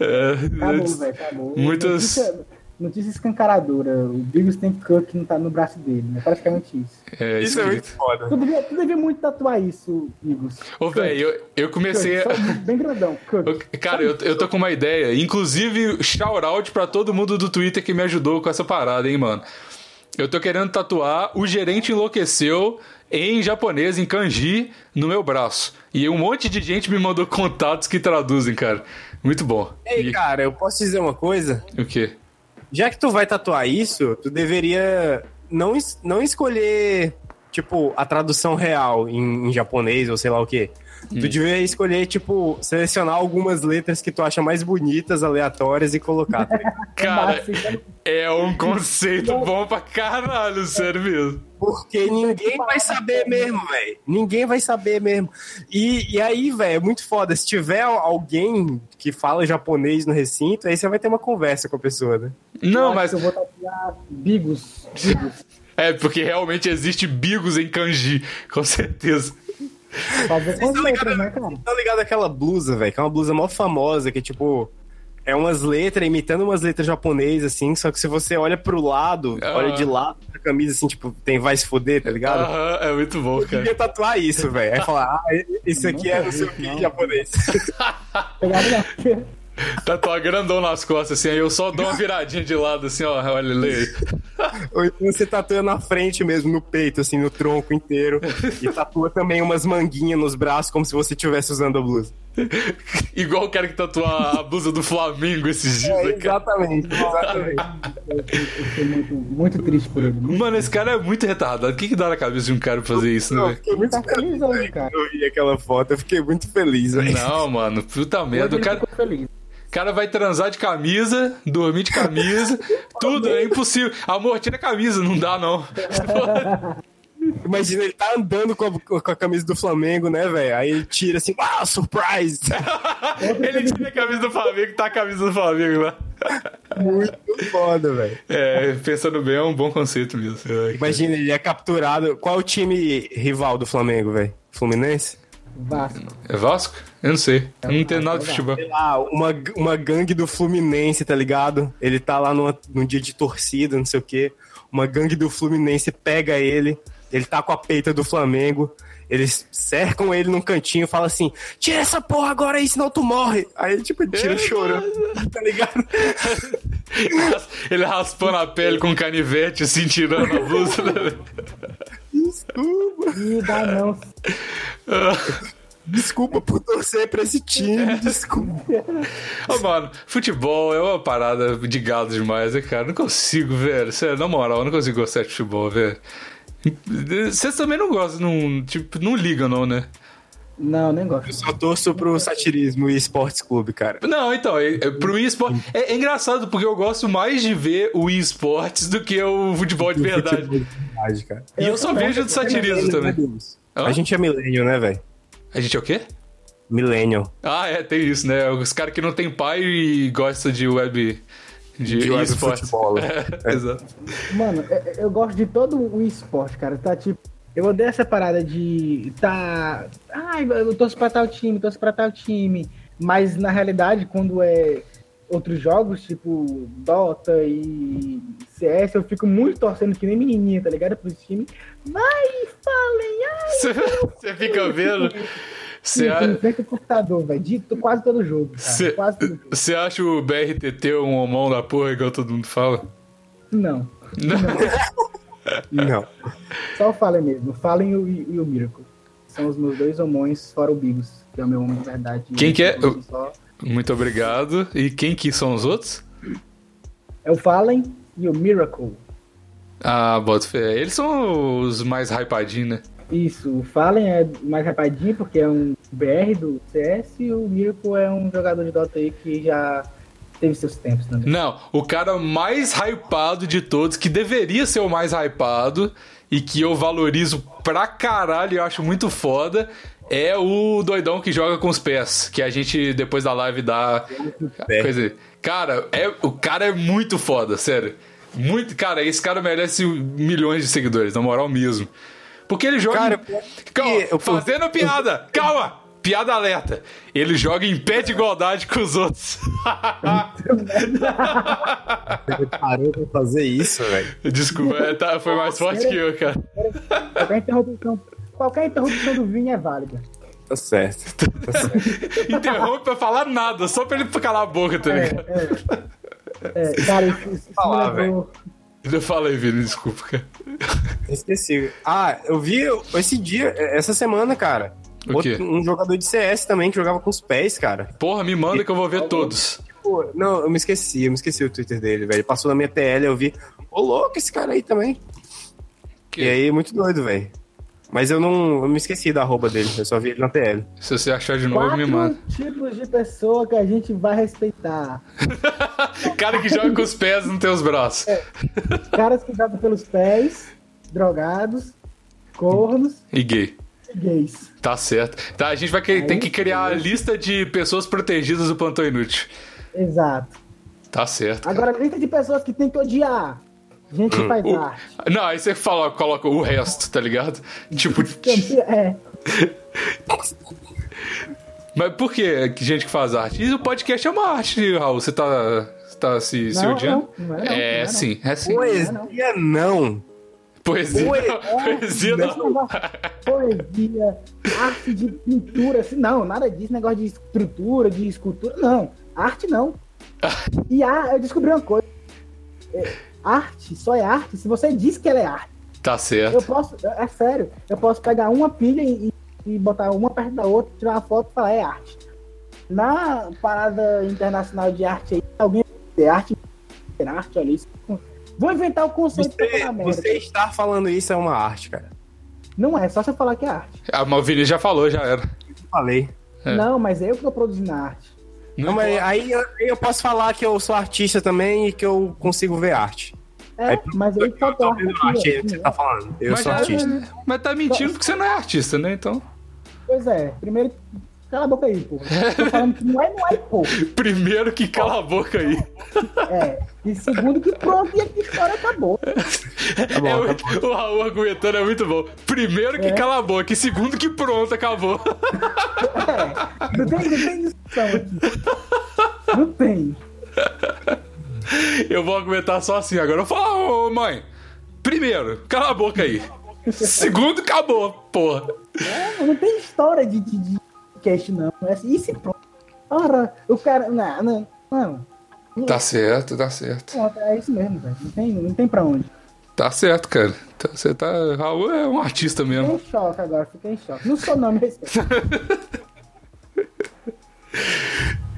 Speaker 4: É,
Speaker 6: Acabou, Tá velho. Acabou.
Speaker 4: Muitas-
Speaker 6: Notícia, Notícia escancaradora. O Bigos tem Cook não tá no braço dele. É praticamente isso.
Speaker 4: É,
Speaker 5: Isso é muito
Speaker 4: escrito.
Speaker 5: foda.
Speaker 6: Tu devia, tu devia muito tatuar isso, Bigos.
Speaker 4: Ô, velho, eu, eu comecei. a-
Speaker 6: Cook, só Bem grandão. Cook.
Speaker 4: Eu- Cara, eu, eu tô com uma ideia. Inclusive, shout-out pra todo mundo do Twitter que me ajudou com essa parada, hein, mano. Eu tô querendo tatuar O Gerente Enlouqueceu em japonês, em kanji, no meu braço. E um monte de gente me mandou contatos que traduzem, cara. Muito bom.
Speaker 5: Ei,
Speaker 4: E-
Speaker 5: cara, eu posso dizer uma coisa?
Speaker 4: O quê?
Speaker 5: Já que tu vai tatuar isso, tu deveria não, es- não escolher, tipo, a tradução real em, em japonês ou sei lá o quê.
Speaker 4: Hum.
Speaker 5: Tu deveria escolher, tipo, selecionar algumas letras que tu acha mais bonitas, aleatórias e colocar. tá ligado?
Speaker 4: Cara,
Speaker 6: massa, então.
Speaker 4: é um conceito bom pra caralho, sério mesmo.
Speaker 5: Porque ninguém vai saber mesmo, velho. Ninguém vai saber mesmo. E, e aí, velho, é muito foda. Se tiver alguém que fala japonês no recinto, aí você vai ter uma conversa com a pessoa, né?
Speaker 6: Eu
Speaker 4: Não,
Speaker 6: acho
Speaker 4: mas
Speaker 6: que Eu vou tatuar Bigos. Bigos.
Speaker 4: é porque realmente existe bigos em kanji, com certeza.
Speaker 6: Fazer com as
Speaker 5: Vocês estão
Speaker 6: letras, né,
Speaker 5: ligados
Speaker 6: cara?
Speaker 5: tá ligado aquela blusa, velho? Que é uma blusa mó famosa, que tipo. É umas letras, imitando umas letras japonesas, assim, só que se você olha pro lado,
Speaker 4: Ah.
Speaker 5: olha de lado pra camisa, assim, tipo, tem vai se foder, tá ligado?
Speaker 4: Aham, é muito bom,
Speaker 5: Eu
Speaker 4: cara.
Speaker 5: queria tatuar isso, velho. Aí falar, ah, isso aqui é não sei o que em japonês.
Speaker 6: Pegaram não.
Speaker 4: Tatuar Tá, grandão nas costas, assim, aí eu só dou uma viradinha de lado, assim, ó, olha, lê.
Speaker 5: Ou então você tatua na frente mesmo, no peito, assim, no tronco inteiro. E tatua também umas manguinhas nos braços, como se você estivesse usando a blusa.
Speaker 4: Igual o cara que tatuar a blusa do Flamengo esses dias,
Speaker 5: É,
Speaker 4: né, cara.
Speaker 5: exatamente, exatamente.
Speaker 6: Eu fiquei muito, muito triste por ele. Muito
Speaker 4: Mano, esse cara é muito retardado. O que que dá na cabeça de um cara pra fazer isso,
Speaker 5: Eu
Speaker 4: né,
Speaker 5: fiquei muito
Speaker 6: Tá
Speaker 5: feliz,
Speaker 6: feliz hoje,
Speaker 5: velho,
Speaker 6: cara.
Speaker 5: quando eu vi aquela foto, eu fiquei muito feliz,
Speaker 4: velho?
Speaker 5: velho.
Speaker 4: Não, mano, puta merda. O cara,
Speaker 6: ficou feliz.
Speaker 4: o cara vai transar de camisa, dormir de camisa, tudo, é impossível. Amor, tira a camisa, não dá, não.
Speaker 5: Imagina, ele tá andando com a, com a camisa do Flamengo, né, velho? Aí ele tira assim, ah, surprise!
Speaker 4: Ele tira a camisa do Flamengo, tá a camisa do Flamengo lá.
Speaker 5: muito foda, velho.
Speaker 4: É, pensando bem, é um bom conceito mesmo. Ai, cara.
Speaker 5: Imagina, ele é capturado. Qual é o time rival do Flamengo, velho? Fluminense?
Speaker 6: Vasco.
Speaker 4: É Vasco? Eu não sei. Eu não entendo nada de futebol.
Speaker 5: Sei lá, uma, uma gangue do Fluminense, tá ligado? Ele tá lá numa- num dia de torcida, não sei o quê. Uma gangue do Fluminense pega ele, ele tá com a peita do Flamengo. Eles cercam ele num cantinho e falam assim: tira essa porra agora aí, senão tu morre. Aí ele, tipo,
Speaker 4: É,
Speaker 5: tira chorando, tá ligado?
Speaker 4: Ele raspando a pele com canivete, assim, tirando a blusa. né, velho?
Speaker 6: Ih, dá não.
Speaker 5: Desculpa por torcer pra esse
Speaker 4: É.
Speaker 5: time, desculpa.
Speaker 4: Ô, mano, futebol é uma parada de gado demais, né, cara? Não consigo, velho. Sério, na moral, eu não consigo gostar de futebol, velho. Vocês também não gostam, não, tipo, não ligam, não, né?
Speaker 6: Não, nem gosto.
Speaker 5: Eu só torço pro satirismo e esportes clube, cara.
Speaker 4: Não, então, é, é, pro eSport. É, é engraçado, porque eu gosto mais de ver o eSports do que o futebol de É verdade.
Speaker 5: Futebol de verdade, cara.
Speaker 4: E eu só vejo de satirismo também. Hã?
Speaker 5: A gente é milênio, né, velho?
Speaker 4: A gente é o quê?
Speaker 5: Millennial.
Speaker 4: Ah, é, tem isso, né? Os caras que não tem pai e gostam de web. De,
Speaker 5: De web
Speaker 4: esportes.
Speaker 5: futebol.
Speaker 4: É, Exato.
Speaker 6: Mano, é, eu, eu gosto de todo o esporte, cara. Tá tipo. Eu odeio essa parada de. Tá. Ai, eu torço pra tal time, torço pra tal time. Mas na realidade, quando é outros jogos, tipo Dota e CS, eu fico muito torcendo que nem menininha, tá ligado? Pros times. Vai, falem, ai,
Speaker 4: Você você fica vendo. Você
Speaker 6: eu tô em
Speaker 4: a-
Speaker 6: frente ao computador, velho. De to- quase todo jogo, cara.
Speaker 4: você-
Speaker 6: Quase todo jogo.
Speaker 4: você acha o BRTT um homão da porra, igual todo mundo fala?
Speaker 6: Não.
Speaker 4: Não.
Speaker 5: Não.
Speaker 6: Só o Fallen mesmo. O Fallen e o, e o Miracle. São os meus dois homões, fora o Bigos, que é o meu homem de verdade.
Speaker 4: Quem que é?
Speaker 6: Eu... só-
Speaker 4: Muito obrigado. E quem que são os outros?
Speaker 6: É o Fallen e o Miracle.
Speaker 4: Ah, bota fé. Eles são os mais hypadinhos, né?
Speaker 6: Isso, o Fallen é mais rapadinho porque é um BR do CS e o Miracle é um jogador de Dota aí que já teve seus tempos também.
Speaker 4: Não, o cara mais hypado de todos, que deveria ser o mais hypado e que eu valorizo pra caralho e acho muito foda, é o doidão que joga com os pés, que a gente depois da live dá
Speaker 5: É.
Speaker 4: coisa. aí. Cara, é, o cara é muito foda, sério. Muito, cara, esse cara merece milhões de seguidores, na moral mesmo. Porque ele joga
Speaker 5: Cara, eu-
Speaker 4: Calma,
Speaker 5: eu-
Speaker 4: fazendo piada. Calma. piada alerta. Ele joga em pé de igualdade com os outros.
Speaker 5: Ele parou pra fazer isso, velho.
Speaker 4: Desculpa, é, tá, foi mais forte que eu, cara.
Speaker 6: Qualquer interrupção, qualquer interrupção do vinho é válida.
Speaker 5: Tá certo.
Speaker 4: Interrompe pra falar nada, só pra ele calar a boca, tá ligado?
Speaker 6: É, cara, isso, isso me
Speaker 5: Falar,
Speaker 6: lembrou-
Speaker 4: Eu falei, Vini, desculpa, cara.
Speaker 5: Esqueci. Ah, eu vi esse dia, é, essa semana, cara.
Speaker 4: O quê?
Speaker 5: um jogador de CS também que jogava com os pés, cara.
Speaker 4: Porra, me manda que eu vou ver todos.
Speaker 5: Pô, não, eu me esqueci, eu me esqueci o Twitter dele, velho. Passou na minha TL, eu vi. Ô, louco, esse cara aí também.
Speaker 4: Que?
Speaker 5: E aí, muito doido, velho. Mas eu não. Eu me esqueci da arroba dele, eu só vi ele na TL.
Speaker 4: Se você achar de novo, me manda.
Speaker 6: Quatro tipos de pessoa que a gente vai respeitar.
Speaker 4: Cara que joga com os pés não tem os braços.
Speaker 6: É. Caras que jogam pelos pés, drogados, cornos
Speaker 4: E gay.
Speaker 6: e gays.
Speaker 4: Tá certo. Tá, a gente vai que, tem que criar a lista de pessoas protegidas do plantão inútil.
Speaker 6: Exato.
Speaker 4: Tá certo.
Speaker 6: Agora, lista de pessoas que tem que odiar. Gente
Speaker 4: Hum.
Speaker 6: que faz arte.
Speaker 4: Não, aí você fala, coloca o resto, tá ligado? Tipo,
Speaker 6: Campe- É,
Speaker 4: mas por que que gente que faz arte? E o podcast é uma arte, Raul. Você tá, você tá se, se
Speaker 6: Não,
Speaker 4: odiando?
Speaker 6: não, não é não,
Speaker 4: é,
Speaker 6: não é não.
Speaker 4: sim, é sim.
Speaker 5: Poesia não.
Speaker 4: Poesia.
Speaker 5: Poe-
Speaker 4: Poesia
Speaker 6: É, Esse
Speaker 4: não.
Speaker 6: negócio de poesia, arte de pintura, assim, não, nada disso, negócio de estrutura, de escultura, não. Arte não. E a, eu descobri uma coisa. É, arte só é arte se você diz que ela é arte.
Speaker 4: Tá certo.
Speaker 6: Eu posso, é sério, eu posso pegar uma pilha e, e botar uma perto da outra, tirar uma foto e falar é arte. Na parada internacional de arte aí, alguém é arte, é arte, olha isso. Vou inventar o conceito pra
Speaker 5: Você,
Speaker 6: falar merda.
Speaker 5: você estar falando isso é uma arte, cara.
Speaker 6: Não é, só você falar que é arte.
Speaker 4: A Malvini já falou, já era.
Speaker 5: Falei.
Speaker 4: É.
Speaker 6: Não, mas eu que tô produzindo a arte.
Speaker 5: Não, mas aí eu, aí eu posso falar que eu sou artista também e que eu consigo ver arte.
Speaker 6: É,
Speaker 5: Aí,
Speaker 6: mas eu que
Speaker 5: Eu
Speaker 6: faço
Speaker 5: tô
Speaker 6: arte.
Speaker 5: vendo arte aí que
Speaker 6: aqui, assim,
Speaker 5: você
Speaker 6: ó.
Speaker 5: tá falando. Eu
Speaker 4: mas,
Speaker 5: sou
Speaker 4: já-
Speaker 5: artista.
Speaker 4: mas tá mentindo porque você não é artista, né? Então.
Speaker 6: Pois é, primeiro, cala a boca aí, porra. Tô falando que não é, não é, porra.
Speaker 4: Primeiro que cala a boca aí.
Speaker 6: É. E segundo que pronto, e a história acabou.
Speaker 5: bom,
Speaker 4: É
Speaker 5: tá
Speaker 4: muito- o Raul argumentando é muito bom. Primeiro que cala a boca, e segundo que pronto, acabou.
Speaker 6: É. Não tem, não tem discussão aqui. Não tem.
Speaker 4: Eu vou argumentar só assim agora. Eu falo, ô mãe, primeiro, cala a boca aí. Segundo, acabou, porra.
Speaker 6: É, não tem história de, de, de cast, não. É assim, e se pronto? Ora, o cara. Não, não, não.
Speaker 4: Tá certo, tá certo.
Speaker 6: Pronto, é isso mesmo, velho. Não tem, não tem pra onde.
Speaker 4: Tá certo, cara. Tá- Você tá. Raul é um artista
Speaker 6: Fiquei
Speaker 4: mesmo.
Speaker 6: em choque agora, fiquei em choque. Não sou não, me respeita.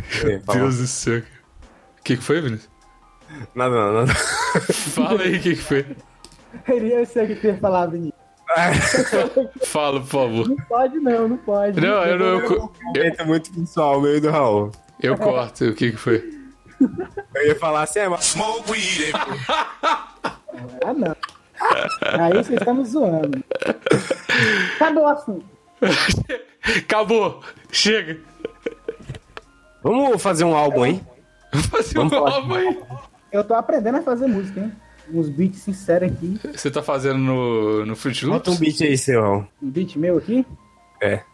Speaker 5: Falei,
Speaker 6: Tá
Speaker 4: Meu Deus do céu. O que, que foi, Vinícius?
Speaker 5: Nada, nada, nada.
Speaker 4: Fala aí o que, que foi.
Speaker 6: Eu sei o que você ia falar, Vinícius.
Speaker 4: Fala, por favor.
Speaker 6: Não pode não, não pode.
Speaker 4: Não, eu, não- eu, co- eu,
Speaker 5: Comenta é muito pessoal, meio do Raul.
Speaker 4: eu corto. O que, que foi?
Speaker 5: Eu ia falar assim, é, mas
Speaker 8: Smoke weed every
Speaker 6: Ah, não. Aí vocês estão me zoando. Cadê o assunto?
Speaker 4: Acabou. Chega.
Speaker 5: vamos fazer um álbum, hein?
Speaker 4: Fazer um álbum aí.
Speaker 6: Eu tô aprendendo a fazer música, hein? Uns beats sinceros aqui.
Speaker 4: Você tá fazendo no, no Fruit
Speaker 5: Bota um
Speaker 4: Loops?
Speaker 5: beat aí, seu Raul.
Speaker 6: Um beat meu aqui.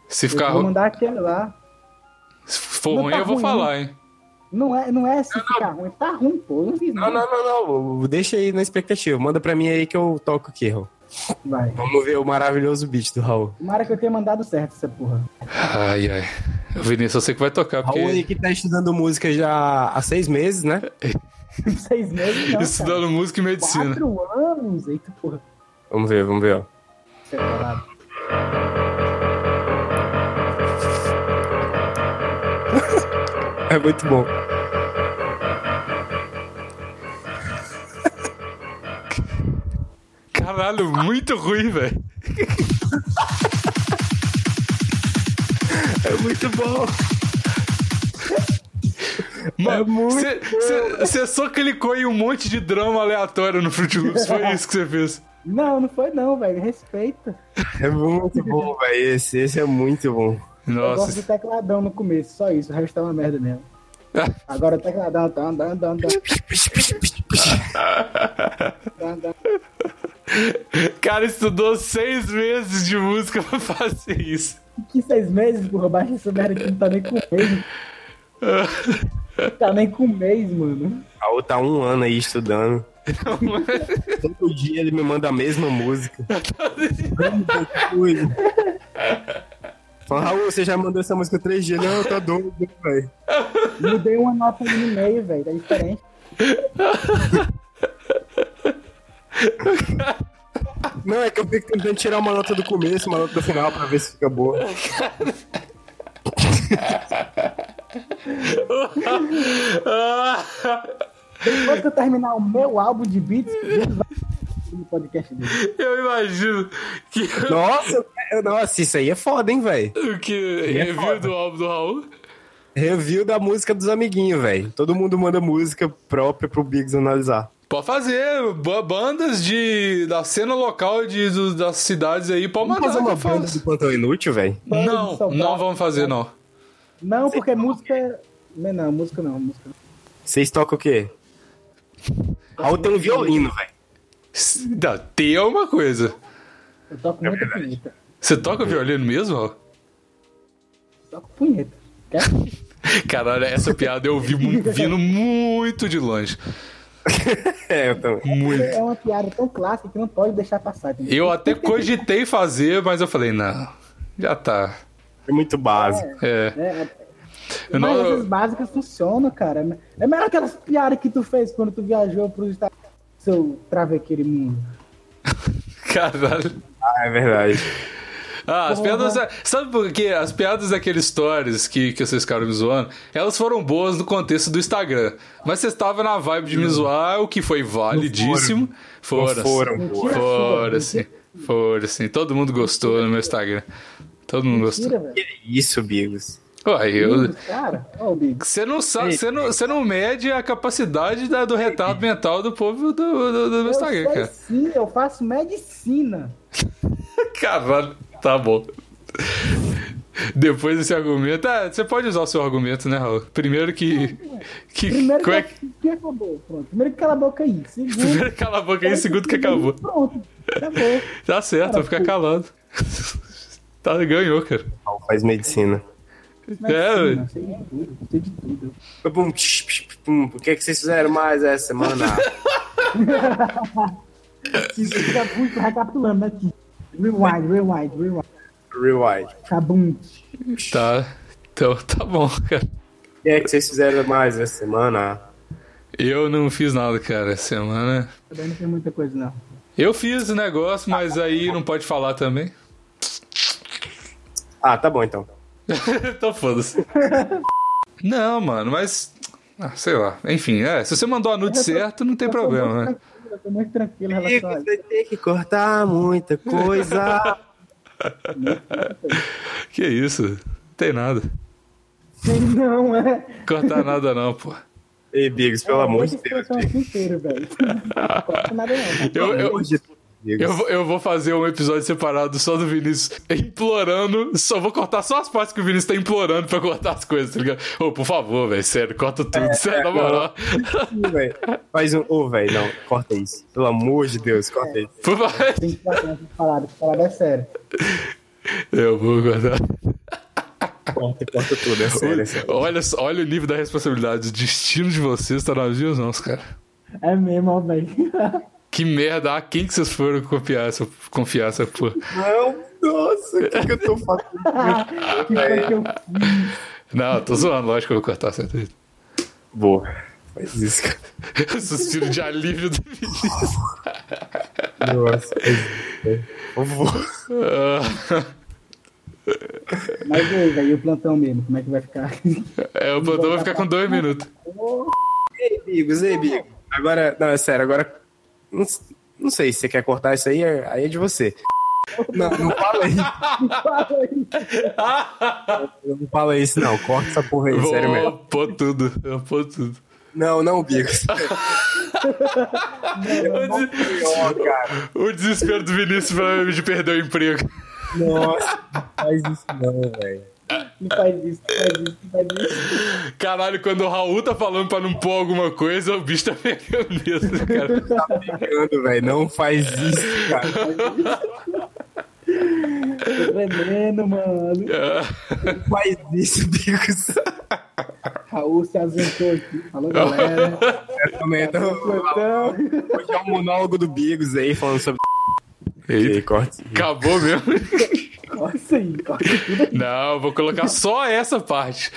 Speaker 4: Se
Speaker 6: Eu
Speaker 4: ficar
Speaker 6: vou
Speaker 4: ruim,
Speaker 6: mandar aquele lá.
Speaker 4: se for
Speaker 6: Não
Speaker 4: ruim,
Speaker 6: tá
Speaker 4: eu vou
Speaker 6: ruim,
Speaker 4: falar, hein?
Speaker 6: Não é, não é se ficar ruim. Tá ruim, pô. Eu não fiz
Speaker 5: Não, não, não, não. Deixa aí na expectativa. Manda pra mim aí que eu toco aqui, Raul.
Speaker 6: Vai.
Speaker 5: Vamos ver o maravilhoso beat do Raul.
Speaker 6: Tomara que eu tenha mandado certo essa porra.
Speaker 4: Ai, ai. Ô, Vinícius, eu sei que vai tocar,
Speaker 5: Raul aí que
Speaker 4: porque
Speaker 5: tá estudando música já há seis meses, né?
Speaker 6: Seis meses não, cara.
Speaker 4: estudando música e medicina.
Speaker 6: tá? Quatro anos. Eita, porra.
Speaker 5: Vamos ver, vamos ver, ó.
Speaker 6: Sei lá.
Speaker 5: É muito bom.
Speaker 4: Caralho, muito ruim, velho.
Speaker 5: É muito bom.
Speaker 6: É
Speaker 4: Mano,
Speaker 5: muito
Speaker 4: você só clicou em um monte de drama aleatório no Fruit Loops. Foi isso que você fez.
Speaker 6: Não, não foi não, velho. Respeita.
Speaker 5: É muito bom, velho. Esse, esse é muito bom.
Speaker 6: Eu gosto do
Speaker 4: Nossa.
Speaker 6: tecladão no começo, só isso. O resto é uma merda mesmo. Agora o tecladão tá andando, andando, andando.
Speaker 4: O cara estudou seis meses de música pra fazer isso.
Speaker 6: Que seis meses, porra, baixa essa merda aqui, não tá nem com um mês. Não tá nem com um mês, mano.
Speaker 5: Raul tá um ano aí estudando. Todo dia ele me manda a mesma música. Vamos, conclui. Fala, Raul, você já mandou essa música três dias. Não, tá doido, velho.
Speaker 6: Mudei uma nota ali no meio, velho, tá diferente.
Speaker 5: Não, é que eu fico tentando tirar uma nota do começo, uma nota do final, pra ver se fica boa.
Speaker 6: Depois que eu terminar o meu álbum de beats, Deus vai no podcast dele.
Speaker 4: Eu imagino que,
Speaker 5: Nossa, eu quero- nossa, isso aí é foda, hein, velho.
Speaker 4: que
Speaker 6: é
Speaker 4: review do álbum do Raul.
Speaker 5: Review da música dos amiguinhos, velho. Todo mundo manda música própria pro Biggs analisar.
Speaker 4: Pode fazer, ba- bandas de, da cena local de, do- das cidades aí, pode
Speaker 5: Vamos
Speaker 4: mandar
Speaker 5: fazer
Speaker 4: que
Speaker 5: uma
Speaker 4: eu
Speaker 5: banda
Speaker 4: faço.
Speaker 5: do plantão inútil, velho?
Speaker 6: Banda de
Speaker 4: Não,
Speaker 6: São
Speaker 4: não
Speaker 6: Paulo.
Speaker 4: vamos fazer, não.
Speaker 6: Não, porque música. Não, é não, música não, música não.
Speaker 5: Vocês tocam o quê? Raul tem um violino, velho.
Speaker 4: S- Não, tem alguma coisa.
Speaker 6: Eu
Speaker 4: É
Speaker 6: toco muita punheta.
Speaker 4: Você toca violino mesmo, Raul?
Speaker 6: Toco punheta. Quer?
Speaker 4: Caralho, essa piada eu vi mu- vindo muito de longe.
Speaker 5: É, eu também.
Speaker 4: Muito.
Speaker 6: É uma piada tão clássica que não pode deixar passar. entendeu?
Speaker 4: Eu até cogitei fazer, mas eu falei, não, já tá.
Speaker 5: É muito básico.
Speaker 4: É.
Speaker 6: É, é-
Speaker 4: Eu
Speaker 6: Mas
Speaker 4: não-
Speaker 6: essas básicas funcionam, cara. É melhor aquelas piadas que tu fez quando tu viajou pros Estados Unidos, seu travequeiro mundo.
Speaker 4: Caralho.
Speaker 5: Ah, é verdade.
Speaker 4: Ah, as piadas. Sabe por quê? As piadas daqueles stories que, que vocês ficaram me zoando, elas foram boas no contexto do Instagram. Mas vocês estavam na vibe de me zoar, o que foi validíssimo. Foram.
Speaker 5: Não foram, pô. É
Speaker 6: Mentira
Speaker 4: Foram,
Speaker 6: sua,
Speaker 4: sim. Foram, sim. Todo mundo gostou no meu Instagram. Todo mundo
Speaker 6: Mentira,
Speaker 4: gostou.
Speaker 6: velho.
Speaker 5: Que isso, Bigos.
Speaker 4: Ué, eu.
Speaker 6: Cara, ó o Biggs.
Speaker 4: Você não sabe, você não, você não mede a capacidade da- do retardo mental do povo do, do, do meu
Speaker 6: Eu
Speaker 4: Instagram,
Speaker 6: sei
Speaker 4: cara.
Speaker 6: sim, eu faço medicina.
Speaker 4: Caralho, tá bom. Depois desse argumento. Ah, você pode usar o seu argumento, né, Raul? Primeiro que. que
Speaker 6: Primeiro que,
Speaker 4: como é
Speaker 6: ela-
Speaker 4: que-
Speaker 6: que acabou, pronto. Primeiro que cala a boca aí. Segundo,
Speaker 4: Primeiro que cala a boca aí, um segundo que acabou.
Speaker 6: Pronto, acabou.
Speaker 4: Tá certo, vou ficar calado. Tá, ganhou, cara. É,
Speaker 5: Raul faz medicina.
Speaker 6: Medicina, sei de tudo, sei de tudo.
Speaker 5: Pum, tch, tch, tch, pum. O que, é que vocês fizeram mais essa semana?
Speaker 6: Isso fica muito recapitulando aqui. Rewind, rewind, rewind.
Speaker 5: Rewind.
Speaker 6: Cabum.
Speaker 4: Tá. Então tá bom, cara.
Speaker 5: O que é que vocês fizeram mais essa semana?
Speaker 4: Eu não fiz nada, cara, essa semana.
Speaker 6: Também Tá não tem muita coisa, não.
Speaker 4: Eu fiz o negócio, mas aí não pode falar também.
Speaker 5: Ah, tá bom então.
Speaker 4: Então foda-se. Não, mano, mas. Ah, sei lá. Enfim, é. Se você mandou a nude certa, não tem
Speaker 6: Eu tô muito
Speaker 4: problema, né?
Speaker 6: tranquilo, Eu tô muito tranquilo em relação a
Speaker 5: Bigos vai ter que cortar muita coisa.
Speaker 4: Que isso? Não tem nada.
Speaker 6: isso. Não, é.
Speaker 4: Cortar nada não, pô.
Speaker 5: Ei, Bigos, pelo amor de
Speaker 6: Hoje
Speaker 5: Deus.
Speaker 6: foi um o tempo inteiro, velho. Não corta nada, não.
Speaker 4: Eu,
Speaker 5: Pelo
Speaker 4: eu,
Speaker 5: amor de Deus, Bigos.
Speaker 4: eu, vou- eu vou fazer um episódio separado só do Vinícius implorando. Só vou cortar só as partes que o Vinícius tá implorando pra cortar as coisas, tá ligado? Ô, por favor, velho, sério, corta tudo, sério, na moral.
Speaker 5: Ih, velho. Faz um. Ô, velho, não, corta isso. Pelo amor de Deus,
Speaker 6: É.
Speaker 5: corta isso.
Speaker 4: Por favor.
Speaker 6: Tem que falar, tem que falar, tem que falar, é sério.
Speaker 4: Eu vou cortar.
Speaker 5: Corta, corta tudo, é sério. É sério.
Speaker 4: Olha, só- olha o nível da responsabilidade. O destino de vocês tá nas minhas mãos, cara.
Speaker 6: É mesmo, ó, velho.
Speaker 4: Que merda, a quem que vocês foram confiar essa, confiar essa porra?
Speaker 5: Não, nossa, o que, que eu tô fazendo?
Speaker 6: Que
Speaker 5: É,
Speaker 6: foi que eu fiz?
Speaker 4: Não, tô zoando, lógico que eu vou cortar certo.
Speaker 5: Boa. Faz isso, cara.
Speaker 4: Suspiro de alívio do Vinícius.
Speaker 5: Nossa, faz isso, né? velho. Eu vou.
Speaker 4: Ah,
Speaker 6: Mas e aí, velho, e o plantão mesmo, como é que vai ficar?
Speaker 4: é, o plantão vai ficar com dois minutos.
Speaker 5: Ei, Bigos, ei, Bigos. Agora, não, é sério, agora. Não, não sei se você quer cortar isso aí, é- aí é de você. Não, não fala isso.
Speaker 6: Fala aí.
Speaker 5: Não fala isso, não. Corta essa porra aí, sério mesmo.
Speaker 4: Vou pôr tudo, eu pôr tudo.
Speaker 5: Não, não, Bigos.
Speaker 4: O, des-
Speaker 5: Pior, cara.
Speaker 4: o desespero do Vinícius pra de perder o emprego.
Speaker 5: Nossa, não faz isso não, velho.
Speaker 6: Não faz isso, não faz isso, não faz isso.
Speaker 4: Caralho, quando o Raul tá falando pra não pôr alguma coisa, o bicho tá pegando mesmo, cara.
Speaker 5: Tá pegando, velho. Não faz isso, cara.
Speaker 6: Tremendo, mano.
Speaker 4: É.
Speaker 5: Faz isso, Bigos.
Speaker 6: Raul se ausentou aqui. Falou, galera.
Speaker 5: Eu também tô-
Speaker 6: Plantão.
Speaker 5: Hoje é um monólogo do Bigos aí, falando sobre.
Speaker 4: Eita,
Speaker 5: corte.
Speaker 4: acabou mesmo.
Speaker 6: Nossa, aí. corta tudo aí.
Speaker 4: Não, vou colocar só essa parte.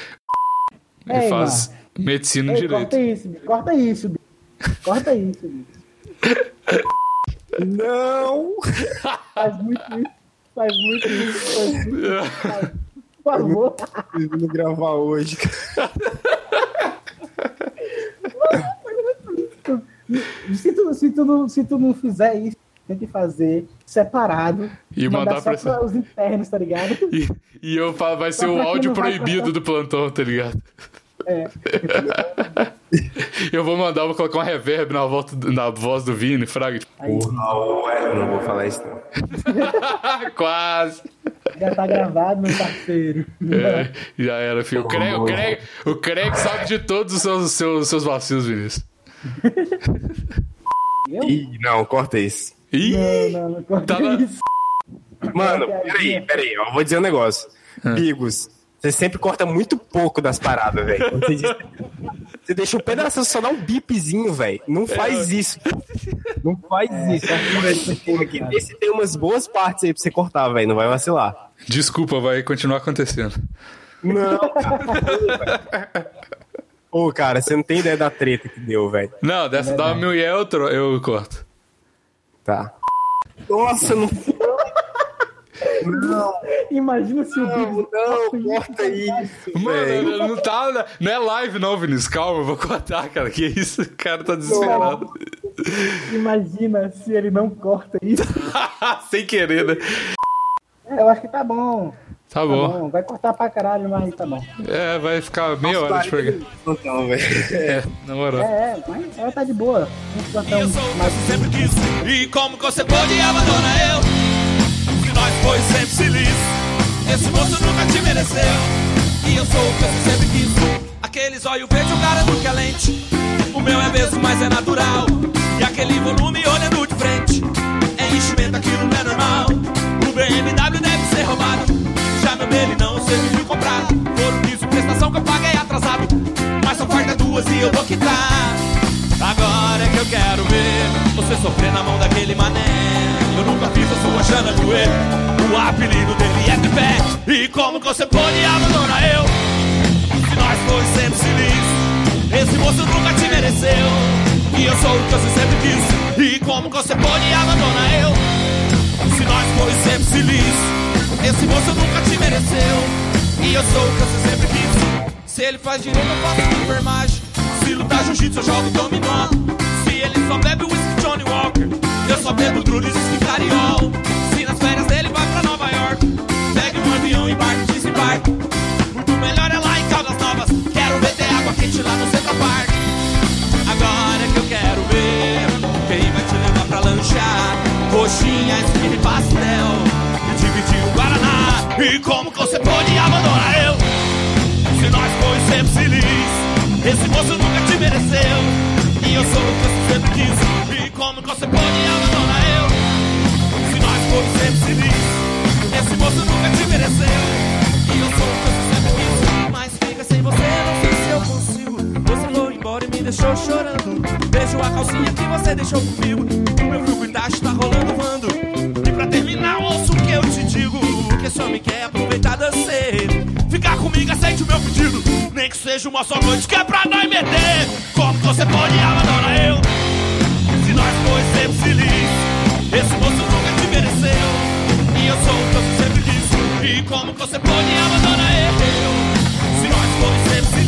Speaker 6: Ei,
Speaker 4: Ele faz medicina
Speaker 6: Ei,
Speaker 4: direito.
Speaker 6: É, corta isso, bicho. corta isso, bicho. corta isso. Bicho.
Speaker 5: Não!
Speaker 6: Faz muito isso, faz muito isso, faz muito isso. faz.
Speaker 4: É.
Speaker 6: Por favor,
Speaker 5: Vocês vindo gravar hoje, cara.
Speaker 6: se tu, se, tu não, se tu não fizer isso, tem que fazer separado.
Speaker 4: E mandar pra-
Speaker 6: só pra os internos, tá ligado?
Speaker 4: E, e eu falo, vai ser
Speaker 6: Só
Speaker 4: o
Speaker 6: pra quem
Speaker 4: áudio
Speaker 6: não vai
Speaker 4: proibido do plantão, tá ligado?
Speaker 6: É.
Speaker 4: Eu vou mandar, eu vou colocar um reverb na, volta, do- na voz do Vini, Fraga. tipo,
Speaker 5: Não, é, não vou falar isso, não.
Speaker 4: Quase.
Speaker 6: Já tá gravado, meu parceiro.
Speaker 4: É, já era, filho. O Craig, o Craig, o Craig sabe de todos os seus, seus, seus vacilos, Vinícius.
Speaker 5: Ih, não, corta isso.
Speaker 4: Ih,
Speaker 6: Não, não, não corta
Speaker 4: Tá na-
Speaker 6: isso.
Speaker 5: Mano, peraí, peraí, eu vou dizer um negócio. Bigos, você sempre corta muito pouco das paradas, velho. Quando Você, diz- você deixa um pedaço só dá um bipzinho, velho. Não faz isso. Não faz isso. É. Aqui, esse tem umas boas partes aí pra você cortar, velho. Não vai vacilar.
Speaker 4: desculpa, vai continuar acontecendo.
Speaker 5: Não, cara. Ô, cara, você não tem ideia da treta que deu, velho.
Speaker 4: Não, é dessa da mulher eu, tro- eu corto.
Speaker 5: Tá. Nossa, não.
Speaker 6: Imagina se o Bigos.
Speaker 5: Não, corta isso. velho.
Speaker 4: Mano, não tá. Não é live, não, Vinícius. Calma, eu vou cortar, cara. Que isso? O cara tá desesperado.
Speaker 6: Imagina se ele não corta isso.
Speaker 4: Sem querer, né?
Speaker 6: É, eu acho que tá bom.
Speaker 4: Tá
Speaker 6: Tá
Speaker 4: bom.
Speaker 6: bom. Vai cortar pra caralho, mas tá bom.
Speaker 4: É, vai ficar meia hora de programa.
Speaker 5: Então, velho.
Speaker 4: É, na moral.
Speaker 6: É, é, mas ela tá de boa. Vamos botar um- mais
Speaker 9: sempre quis E como você pôde abandona eu Que nós foi sempre feliz Esse moço nunca te mereceu E eu sou o que você sempre quis Aqueles olhos verde, o cara nunca é lente O meu é mesmo, mas é natural E aquele volume olhando de frente É enchimento, aquilo não é normal O BMW deve ser roubado Já meu dele não serviu comprado Ouro piso, prestação que eu paguei atrasado Mas só falta duas e eu vou quitar Agora é que eu quero ver você sofrer na mão daquele mané. Eu nunca vi a sua chana doer. O apelido dele é de pé. E como que você pode abandonar eu? Se nós dois sempre felizes. Esse moço nunca te mereceu. E eu sou o que você sempre quis. E como que você pode abandonar eu? Se nós dois sempre felizes. Esse moço nunca te mereceu. E eu sou o que você sempre quis. Se ele faz direito, eu faço enfermagem. Se lutar jiu-jitsu, eu jogo dominó. Se ele só bebe whisky Johnny Walker, eu só bebo Drulis e Cariol. Se nas férias dele vai pra Nova York, pega um avião e barco desembarque. Muito melhor é lá em Caldas Novas. Quero ver ter água quente lá no Central Park. Agora é que eu quero ver quem vai te levar pra lanchar. Coxinha, esquina e pastel. E dividir o um Guaraná. E como que você pode abandonar eu? Se nós foi sempre feliz Esse moço nunca te mereceu E eu sou o que você sempre quis E como que você pode abandonar eu? Se nós foi sempre feliz Esse moço nunca te mereceu E eu sou o que você sempre quis Mas fica sem você, não sei se eu consigo Você foi embora e me deixou chorando Vejo a calcinha que você deixou comigo O meu fio guindaste tá rolando mando E pra terminar, ouço o que eu te digo Que só me quer aproveitar dancer Ficar comigo, aceite o meu pedido. Nem que seja uma só noite que é pra nós meter. Como que você pode abandonar eu? Se nós dois sempre feliz. Esse moço nunca te mereceu. E eu sou o que você sempre quis. E como que você pode abandonar eu? é Se nós dois sempre feliz.